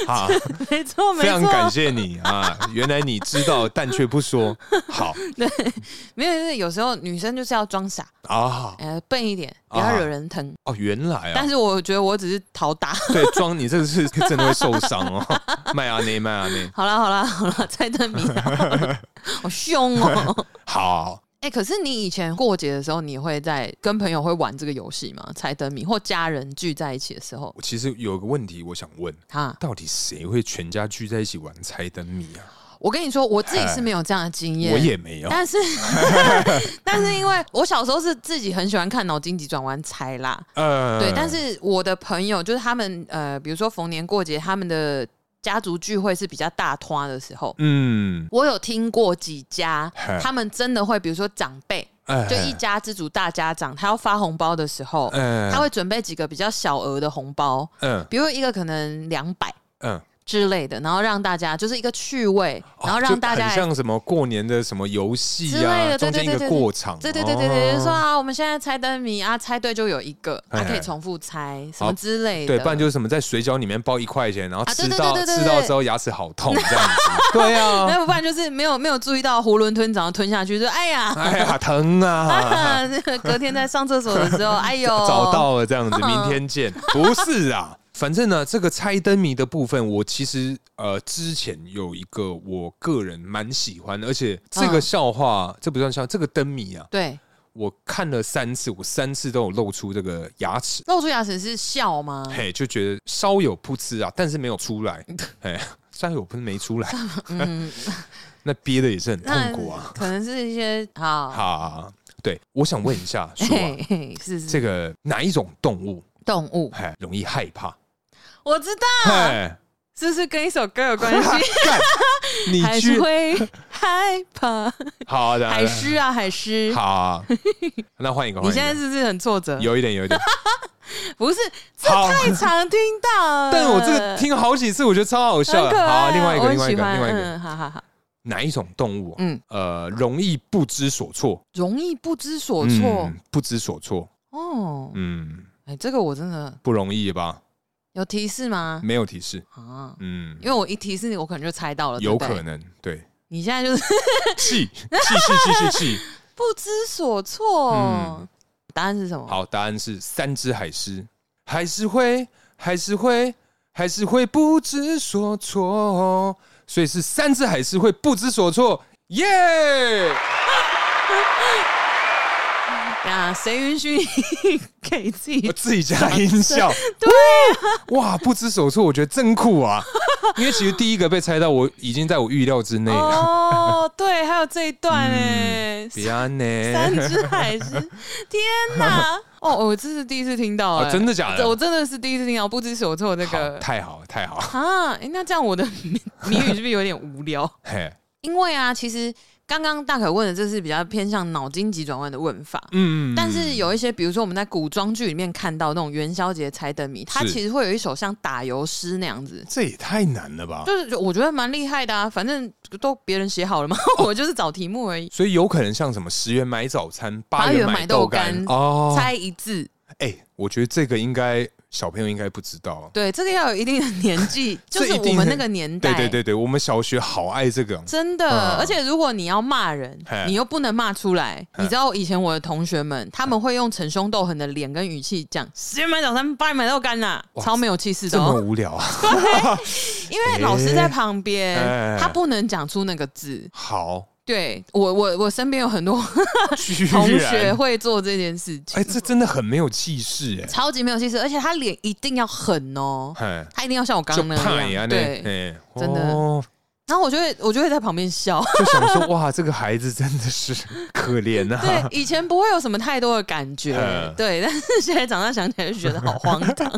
啊， [LAUGHS] 没错，没非常感错， [LAUGHS] 谢你啊！原来你知道，但却不说。好没有，就是有时候女生就是要装傻，啊，呃，笨一点，不要啊惹人疼。哦，原来啊但，是我觉得我只是讨打。对，装你这个是真的会受伤哦。 [LAUGHS] 麦阿内，麦阿内，好啦，好啦，好啦，猜灯谜 [LAUGHS] 啊，好凶哦。好，哎、可是你以前过节的时候，你会在跟朋友会玩这个游戏吗？猜灯谜，或家人聚在一起的时候，我其实有个问题，我想问，哈，到底谁会全家聚在一起玩猜灯谜啊？我跟你说，我自己是没有这样的经验，我也没有。但是，但是因为我小时候是自己很喜欢看《脑筋急转弯》猜啦，呃对。但是我的朋友就是他们，呃，比如说逢年过节，他们的家族聚会是比较大团的时候，嗯，我有听过几家嘿，他们真的会，比如说长辈，哎就一家之主大家长，他要发红包的时候，嗯他会准备几个比较小额的红包，嗯比如一个可能两百嗯，之类的，然后让大家就是一个趣味，然后哦让就大家很来像什么过年的什么游戏之类啊，的对中间一对对个对过场，对对对对对，哦就说啊，我们现在猜灯谜啊，猜对就有一个，哎啊可以重复猜什么之类的。对，不然就是什么在水饺里面包一块钱，然后啊吃对对到对对对吃到对之后牙齿好痛这样子。 [LAUGHS] 对那啊，要不然就是没有没有注意到囫囵吞枣吞下去，就哎 [LAUGHS] 呀，哎呀疼 [LAUGHS] 啊，那个隔天在上厕所的时候，哎呦， [LAUGHS] 找到了这样子，嗯明天见。不是啊，反正呢，这个猜灯谜的部分，我其实呃之前有一个我个人蛮喜欢的，而且这个嗯笑话，这不算笑话，这个灯谜啊，对，我看了三次，我三次都有露出这个牙齿。露出牙齿是笑吗？嘿，就觉得稍有噗嗤啊，但是没有出 [LAUGHS] 来，哎，稍有不是没出来，[LAUGHS] 嗯那憋的也是很那痛苦啊。可能是一些好，好，对，我想问一下，叔啊嘿，嘿是这是个哪一种动物动物，嘿容易害怕？我知道，嘿，是不啊是跟一首歌有关 [LAUGHS] 系？你还居是会害 [LAUGHS] 怕？好的，海狮啊，海狮，好 [LAUGHS] 啊，那换一个，你换一现在个，是不是很挫折？有一点，有一点，不是，这好太常听 [LAUGHS] 到了。但我这个听好几次，我觉得超好笑很可的。爱，好，另外一个，我很另外一喜个，欢另外一个，嗯，好好好，哪一种动物？嗯，呃，容易不知所措，容易不知所措嗯，不知所措，哦。嗯，哎，这个我真的不容易吧？有提示吗？没有提示，啊，嗯因，为我一提示你，我可能就猜到了，有对不对可。能，对，你现在就是 [LAUGHS] 气气气气气气。不知所措。嗯答案是什么？好，答案是三只海狮，还是会，还是会，还是会不知所措，所以是三只海狮会不知所措，耶、呀，谁允许你 [LAUGHS] 给自己我？自己加音效， [LAUGHS] 对啊哇，不知所措，我觉得真酷 [LAUGHS] 啊！因为其实第一个被猜到，我已经在我预料之内了。哦，对，还有这一段哎嗯，，别安呢，三只海 [LAUGHS] 狮，天哪！哦，我这是第一次听到、哎、哦真的假的这我真的是第一次听到，不知所措这好个太好了，太好了，啊、哎那这样我的谜谜语是不是有点无聊？嘿， [LAUGHS] 因为啊，其实刚刚大可问的这是比较偏向脑筋急转弯的问法。嗯但是有一些，比如说我们在古装剧里面看到那种元宵节猜灯谜，它是其实会有一首像打油诗那样子，这也太难了吧？就是我觉得蛮厉害的啊。反正都别人写好了嘛， [LAUGHS] 我就是找题目而已，所以有可能像什么十元买早餐，八元元买买豆干干哦。猜一字。哎、我觉得这个应该小朋友应该不知道。对，这个要有 [LAUGHS] 一定的年纪，就是这一定我们那个年代，对对对对，我们小学好爱这个，真的，哦嗯而且如果你要骂人嘿，你又不能骂出来。你知道以前我的同学们，他们会用逞凶斗狠的脸跟语气讲：“十元买早餐，八元买豆干呐、哇超没有气势这的么哦。无聊啊！因为老师在旁边，哎他不能讲出那个字。好，对我，我我身边有很 [LAUGHS] 多居然 [LAUGHS] 同学会做这件事情，哎，这真的很没有气势哎超级没有气势，而且他脸一定要狠哦，哎，他一定要像我刚就刚怕那呀那，样。对，哎真的哦然后我就会我就会在旁边笑。就想说哇，这个孩子真的是可怜 [LAUGHS] 对啊，！以前不会有什么太多的感觉嗯，对，但是现在长大想起来就觉得好荒唐。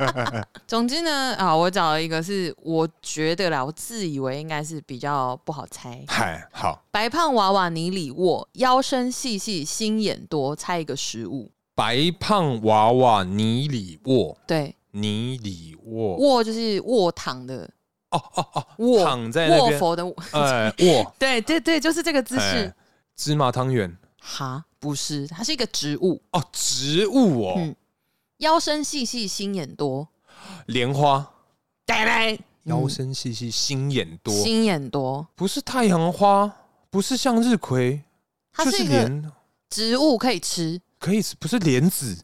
[LAUGHS] 总之呢，啊，我找了一个是我觉得啦，我自以为应该是比较不好猜。嗨，好，白胖娃娃你里沃，腰身细细，心眼多，猜一个食物。白胖娃娃泥里卧，对，泥里卧，卧就是卧躺的哦哦哦，卧，躺在那卧边，佛的卧。哎，卧，对对对，就是这个 [LAUGHS] 姿势哎。芝麻汤圆，哈，不是，它是一个植物。哦，植物哦嗯，腰身细细，心眼多。莲花，呆呆，腰身细细，心眼多，嗯心眼多。不是太阳花，不是向日葵，它就是是一个莲，植物可以吃，可以是不是莲子，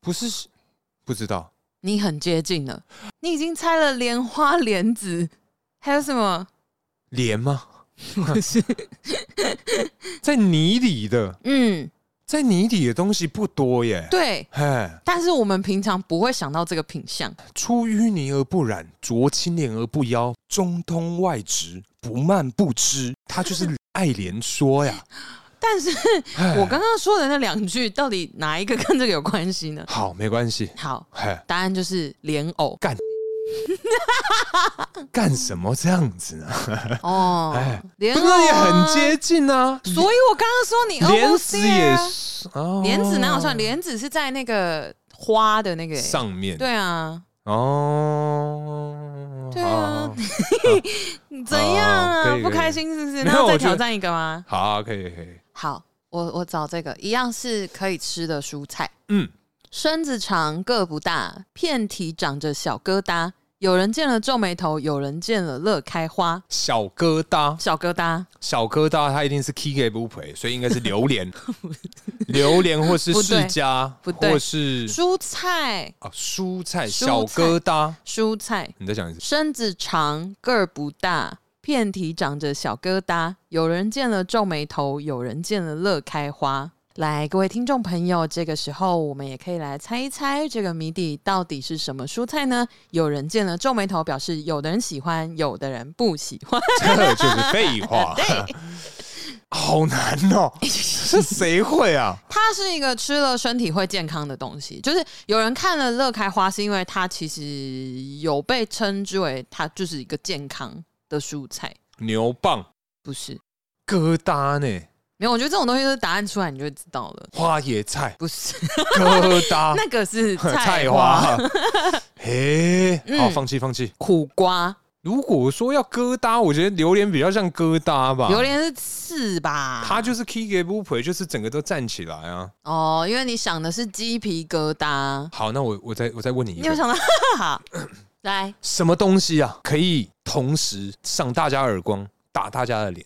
不是不知道你很接近了，你已经猜了莲花、莲子，还有 [LAUGHS] 什么？莲吗？不是，在泥里的，嗯，在泥里的东西不多耶。对。哎，但是我们平常不会想到这个品相，出淤泥而不染，濯清涟而不妖，中通外直，不蔓不枝。他就是爱莲说呀。[LAUGHS] 但是哎 [LAUGHS] 我刚刚说的那两句，到底哪一个跟这个有关系呢？好，没关系。好，哎，答案就是莲藕干什么这样子呢？哦哎，莲不藕是啊也很接，近啊？所以我刚刚说你莲 O 子 C 也啊，是，哦莲子哪有算？莲子是在那个花的那个欸上面？对啊，哦，对啊好，你怎样哦啊可以？不可以开心是不是？没有那要我再觉得挑战一个吗？好好，可以可以，好，我我找这个一样是可以吃的蔬菜，嗯，身子长，个不大，片体长着小疙瘩。有人见了皱眉头，有人见了乐开花。小疙瘩，小疙瘩小疙瘩，它一定是 key 给不赔，所以应该是榴 [LAUGHS] 莲，榴莲或是不对释迦，不对或是蔬菜，啊蔬菜，蔬菜小疙瘩，蔬菜，你再讲一次， [LAUGHS] 身子长，个儿不大，片体长着小疙瘩。有人见了皱眉头，有人见了乐开花。来，各位听众朋友，这个时候我们也可以来猜一猜这个谜底到底是什么蔬菜呢？有人见了皱眉头，表示有的人喜欢，有的人不喜欢。 [LAUGHS] 这就是废话，好难 [LAUGHS] 哦，这谁会啊？它是一个吃了身体会健康的东西，就是有人看了乐开花，是因为它其实有被称之为它就是一个健康的蔬菜，牛蒡不是？疙瘩呢，没有，我觉得这种东西就是答案出来你就会知道了，花野菜不是？疙瘩， [LAUGHS] 那个 [LAUGHS] 是菜花、啊 [LAUGHS] 花，嘿，好，嗯放弃放弃。苦瓜、如果说要疙瘩，我觉得榴莲比较像疙瘩吧，榴莲是刺吧？啊它就是 key 给不赔，就是整个都站起来啊。哦，因为你想的是鸡皮疙瘩，好，那我我再我再问你一你有个，想到？ [LAUGHS] 好，来，什么东西啊，可以同时赏大家耳光，打大家的脸？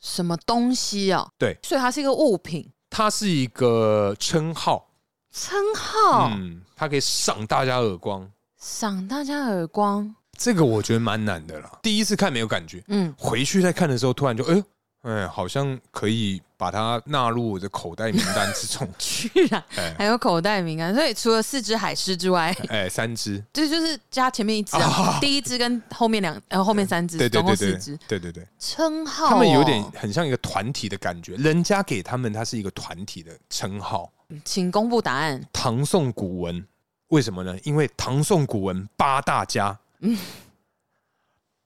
什么东西哦？对，所以它是一个物品它是一个称号，称号，嗯，它可以赏大家耳光。赏、大家耳光。这个我觉得蛮难的啦，第一次看没有感觉，嗯，。回去再看的时候，突然就哎呦，哎，好像可以把它纳入我的口袋名单之中 [LAUGHS] 居然哎还有口袋名啊！所以除了四只海狮之外，哎，三只， [LAUGHS] 这就是加前面一只啊，第一只跟后面两呃后面三只，对对总对共四对只，对对对，称号哦。他们有点很像一个团体的感觉，人家给他们，它是一个团体的称号。请公布答案。唐宋古文，为什么呢？因为唐宋古文八大家。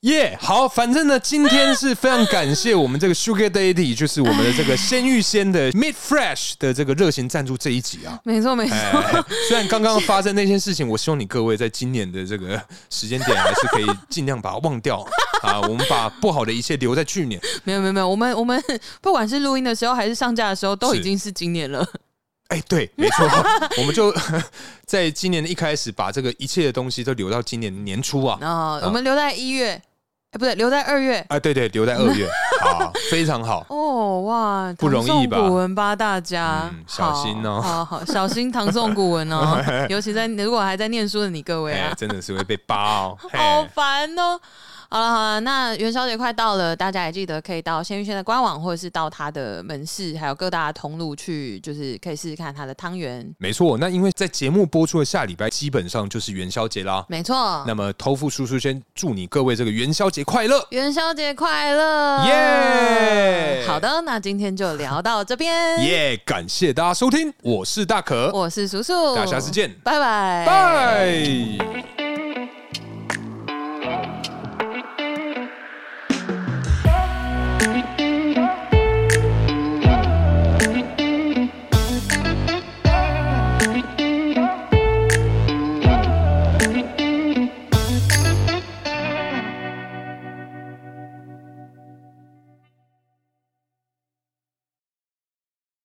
耶、好，反正呢，今天是非常感谢我们这个 Sugar Daddy，就是我们的这个鲜芋仙的 Mid Fresh 的这个热情赞助这一集啊。没错没错， [LAUGHS] 哎，虽然刚刚发生那些事情，我希望你各位在今年的这个时间点，还是可以尽量把它忘掉啊。我们把不好的一切留在去年。 [LAUGHS] 没有没有没有，我们我们不管是录音的时候还是上架的时候，都是已经是今年了。哎、对，没错，我们就 [LAUGHS] 在今年的一开始把这个一切的东西都留到今年的年初啊。然后我们留在一月，哎，不对，留在二月。啊，对对，留在 [LAUGHS] 二月，好，非常好。哦哇，不容易吧唐宋古文吧，大家、嗯小心哦好好好小心唐宋古 [LAUGHS] 文哦，尤其在如果还在念书的你各位哎、啊，真的是会被扒 [LAUGHS] 哦。嘿好烦哦。好了好了，那元宵节快到了，大家也记得可以到鲜芋仙的官网，或者是到他的门市，还有各大的通路去，就是可以试试看他的汤圆。没错，那因为在节目播出的下礼拜，基本上就是元宵节啦。没错，那么，偷富叔叔先祝你各位这个元宵节快乐！元宵节快乐！耶好的，那今天就聊到这边。耶、感谢大家收听，我是大可，我是叔叔，大家下次见拜拜，拜。